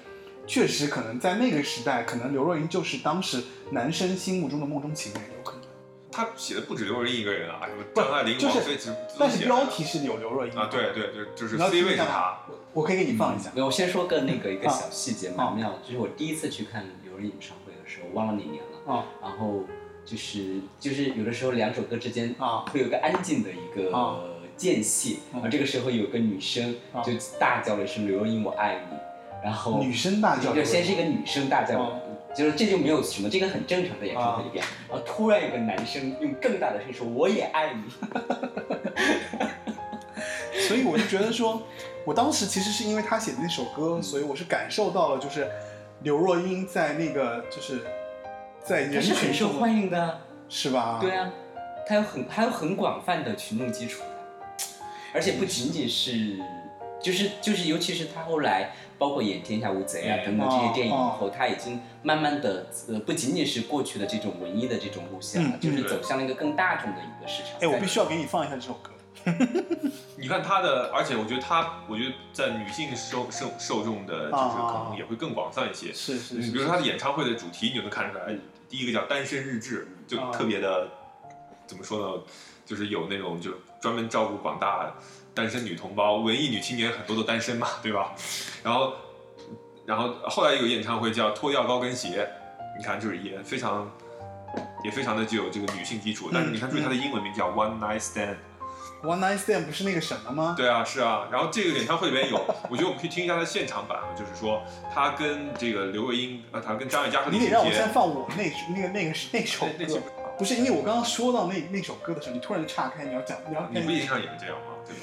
S1: 确实，可能在那个时代，可能刘若英就是当时男生心目中的梦中情人，有可能。
S2: 他写的不止刘若英一个人啊，什么张爱玲、
S1: 就
S2: 王
S1: 是
S2: 菲，只
S1: 但是标题是有刘若英的
S2: 啊，对，对对，就是
S1: 你要
S2: C
S1: 听
S2: 位
S1: 一
S2: 是
S1: 下
S2: 他
S1: 吗。？我我可以给你放一下。
S3: 没有，我先说个那个一 个
S1: 啊
S3: 小细节蛮妙的，就是我第一次去看刘若英演唱会的时候，忘了哪年了，
S2: 嗯
S1: 啊
S3: 然后就是就是有的时候两首歌之间
S1: 啊
S3: 会有个安静的一个
S1: 啊
S3: 间隙，
S1: 嗯
S3: 然后这个时候有个女生
S1: 啊
S3: 就大叫了一声“刘若英我爱你”，然后
S1: 女生大叫刘若
S3: 就
S1: 英，
S3: 先是一个女生大叫
S1: 哦，
S3: 就是这就没有什么，这个很正常的演唱会里边，然后突然有个男生用更大的声音说“我也爱 你
S1: 所以我就觉得说，我当时其实是因为他写的那首歌，所以我是感受到了，就是刘若英在那个就是在”，
S3: 还
S1: 人
S3: 是
S1: 群
S3: 很 受
S1: 中
S3: 欢迎的啊。
S1: 是吧？
S3: 对啊，它有很还有很广泛的群众基础的，而且不仅仅是，就是就是，尤其是他后来包括演《天下无贼》啊
S2: 嗯
S3: 等等这些电影以
S1: 哦
S3: 后，他已经慢慢的呃，不仅仅是过去的这种文艺的这种路线了
S1: 嗯，
S3: 就是
S2: 嗯
S3: 走向了一个更大众的一个市场。
S1: 哎，我必须要给你放一下这首歌。
S2: 你看他的，而且我觉得他，我觉得在女性受受受众的，
S1: 啊
S2: 就是可能也会更广泛一些。
S1: 是是
S2: 嗯你比如说他的演唱会的主题，你就能看出来，哎第一个叫单身日志，就
S1: 啊
S2: 特别的，怎么说呢，就是有那种就是专门照顾广大单身女同胞、文艺女青年，很多都单身嘛，对吧？然后，然后后来有个演唱会叫脱掉高跟鞋，你看就是也非常，也非常的具有这个女性基础，但是你看
S1: 嗯
S2: 注意它的英文名叫 One Night Stand。
S1: One Night Stand 不是那个什么吗？
S2: 对啊，是啊，然后这个演唱会里面有，我觉得我们可以听一下他的现场版，啊就是说他跟这个刘若英，呃，他跟张艾嘉和
S1: 你
S2: 李
S1: 得
S2: 心
S1: 让我
S2: 洁
S1: 先，放我那那个那个那首
S2: 那那首
S1: 歌，不是因为我刚刚说到那那首歌的时候，你突然岔开，你要讲你要
S2: 你不一定上也是这样嘛，对吧？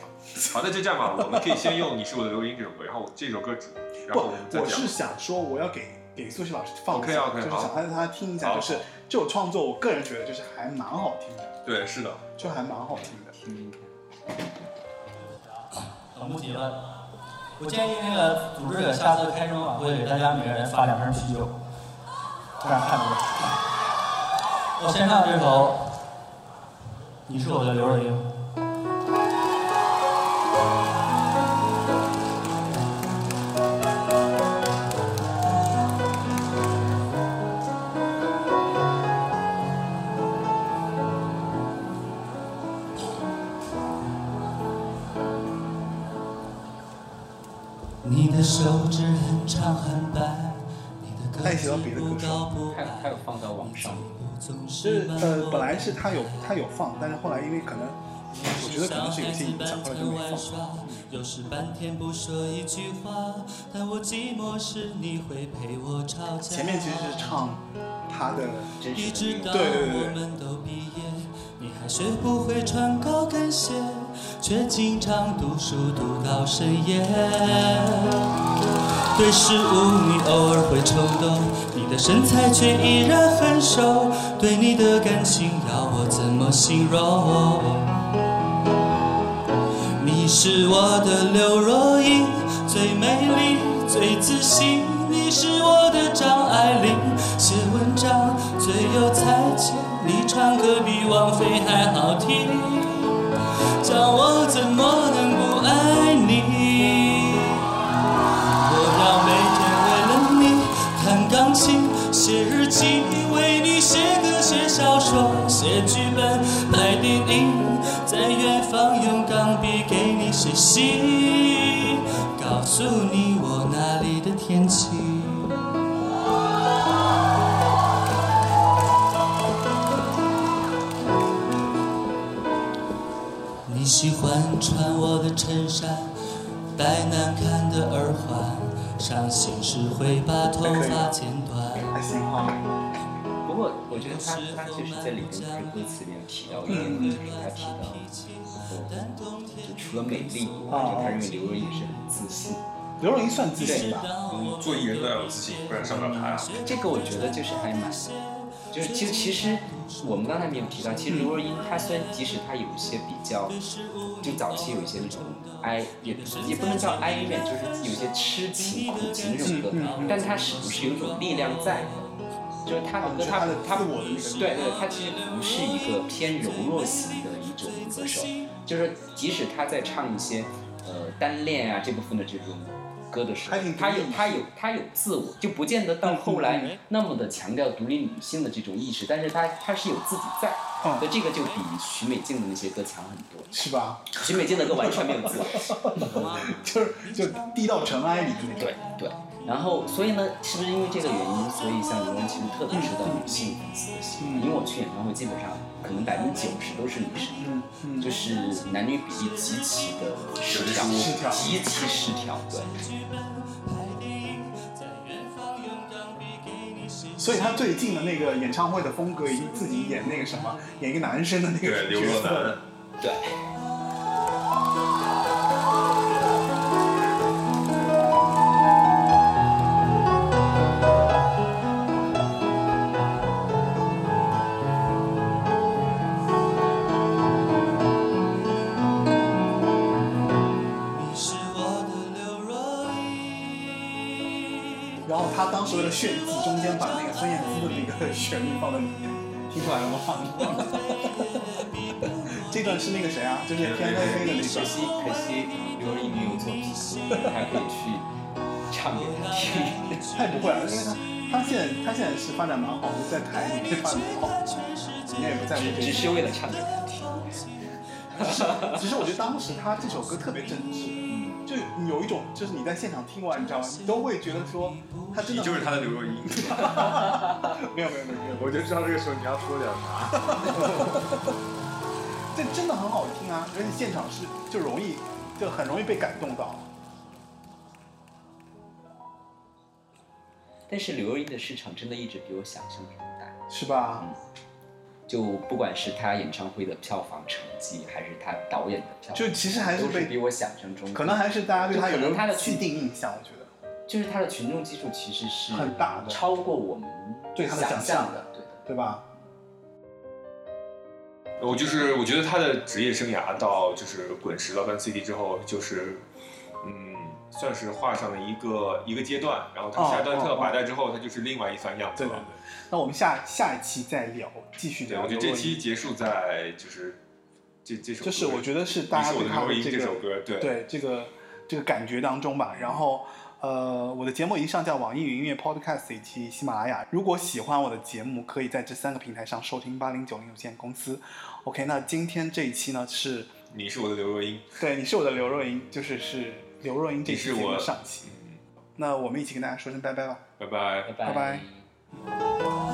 S2: 好，那就这样吧，我们可以先用《你是我的刘若英》这首歌，然后我这首歌只，然后我们
S1: 不，
S2: 再
S1: 我
S2: 讲
S1: 是。想说，我要给给苏西老师放一下
S2: OK，OK，
S1: 就是想
S2: 好
S1: 让他听一下，
S2: 好
S1: 就是这首创作，我个人觉得就是还蛮好听的，
S2: 对，是的，
S1: 就还蛮好听
S6: 嗯
S1: 的。
S7: 总部提问。我建议那个组织者下次开声晚会给大家每个人发两瓶啤酒，这样看着我。我先唱这首《你是我的刘若英》。
S6: 你的手指很长很白，你的
S1: 他
S6: 歌
S1: 也写到别的歌手。
S3: 还有还有放到网上，
S6: 嗯总
S1: 就是是呃，本来是他有他有放，但是后来因为可能，我觉得可能是有些影响，后来就没放。
S6: 有时半天不说一句话，但我寂寞时你会陪我吵架。
S1: 前面其实是唱他的
S3: 真
S6: 一
S3: 实
S6: 直
S3: 的。
S6: 到
S1: 对对对
S6: 我们都毕业，你还学不会穿高跟鞋，却经常读书读到深夜。对事物你偶尔会冲动，你的身材却依然很瘦，对你的感情要我怎么形容？你是我的刘若英，最美丽，最自信。你是我的张爱玲，写文章最有才情。你唱歌比王菲还好听，叫我怎么能不爱你？我要每天为了你弹钢琴、写日记，为你写歌、写小说、写剧本、拍电影，在远方用钢笔给你写信，告诉你我那里的天气。你喜欢穿我的衬衫，戴难看的耳环，伤心时会把头发剪短。
S1: 还行哈，
S3: 不过我觉得他他确实在里面这个歌词里面提到一点，
S1: 嗯
S3: 就是他提到说，就除了美丽以
S1: 哦
S3: 外，就他认为刘若英是很自信。
S1: 刘若英算自信吧？
S2: 嗯，做艺人都要有自信，不然上不了台啊。
S3: 这个我觉得就是还蛮，就是其实其实我们刚才没有提到，其实刘若英她虽然即使她有一些比较，就早期有一些那种哀，也也不能叫哀怨，就是有些痴情苦情那种歌，
S1: 嗯
S3: 但她是不是有一种力量在？就是她的歌，她她
S1: 自我的那个力量
S3: 对对，她其实不是一个偏柔弱型的一种歌手，就是即使她在唱一些呃单恋啊这部分的这种歌的时候
S1: 还挺，独
S3: 她
S1: 立
S3: 有
S1: 的
S3: 她有她有自我，就不见得到后来那么的强调独立女性的这种意识，但是她她是有自己在，
S1: 嗯
S3: 所以这个就比许美静的那些歌强很多。
S1: 是吧？
S3: 许美静的歌完全没有自我，
S1: 就是就低到尘埃里的那种。
S3: 对对。然后，所以呢，是不是因为这个原因，所以像刘若英其实特别受到女性粉丝的喜欢？因为我去演唱会，基本上可能百分之九十都是女生，
S1: 嗯嗯，
S3: 就是男女比例极其的失调，
S1: 失调
S3: 极其失调。对，
S1: 所以他最近的那个演唱会的风格，已经自己演那个什么，演一个男生的那
S2: 对，
S1: 个
S2: 刘
S1: 角
S2: 若
S1: 色了
S2: 男。，
S3: 对，
S6: 你是我的刘若英。
S1: 然后他当时为了炫技，中间把那个孙燕姿的那个旋律放在里面，听出来了吗？这段是那个谁啊？就是天黑黑的那
S3: 可
S1: 段。
S3: 惜可惜刘若英没有作品，还可以去唱给他听。
S1: 他也不会啊，因为他他现在他现在是发展蛮好的，在台里面发展好，应该也不在乎这
S3: 只
S1: 些。
S3: 是为了唱给他听。
S1: 只是我觉得当时他这首歌特别正直，嗯，就有一种就是你在现场听完，你知道吗？你都会觉得说他真
S2: 你
S1: 的
S2: 就是他的刘若英。
S1: 没有没有没有没有，
S4: 我就知道这个时候你要说点啥。
S1: 这真的很好听啊，而且现场是就容易就很容易被感动到。
S3: 但是刘若英的市场真的一直比我想象中大，
S1: 是吧？
S3: 就不管是她演唱会的票房成绩，还是她导演的票房成绩，
S1: 就其实还是
S3: 都是
S1: 被
S3: 比我想象中
S1: 可能还是大家对他有
S3: 就可能他的
S1: 既定印象，我觉得
S3: 就是她的群众基础其实是
S1: 很大的
S3: 超过我们
S1: 对她的想
S3: 想象
S1: 象
S3: 的。对的，
S1: 对吧？
S2: 我就是我觉得他的职业生涯到就是滚石到 Ban City 之后，就是嗯，算是画上了一个一个阶段，然后他
S1: 哦
S2: 下一段
S1: 哦
S2: 跳到
S1: 哦
S2: 百代之后，他就是另外一番样子
S1: 对
S2: 了。
S1: 对对。那我们下下一期再聊，继续
S2: 对，
S1: 聊
S2: 我
S1: 刘若
S2: 觉
S1: 英。
S2: 得这期结束在就是这这首歌，
S1: 就是我觉得是大
S2: 你
S1: 家
S2: 是我
S1: 对
S2: 的
S1: 他
S2: 刘若英
S1: 这
S2: 这
S1: 个
S2: 首歌，对
S1: 对这个这个感觉当中吧。然后，呃，我的节目已经上架网易云音乐、Podcast 以及喜马拉雅。如果喜欢我的节目，可以在这三个平台上收听八零九零有限公司。OK，那今天这一期呢是，
S2: 你是我的刘若英，
S1: 对，你是我的刘若英，就是是刘若英这
S2: 你
S1: 期
S2: 是
S1: 节目
S2: 我
S1: 的上期。
S2: 嗯，
S1: 那我们一起跟大家说声拜拜吧。
S2: 拜拜
S3: 拜。
S1: 拜拜
S3: 拜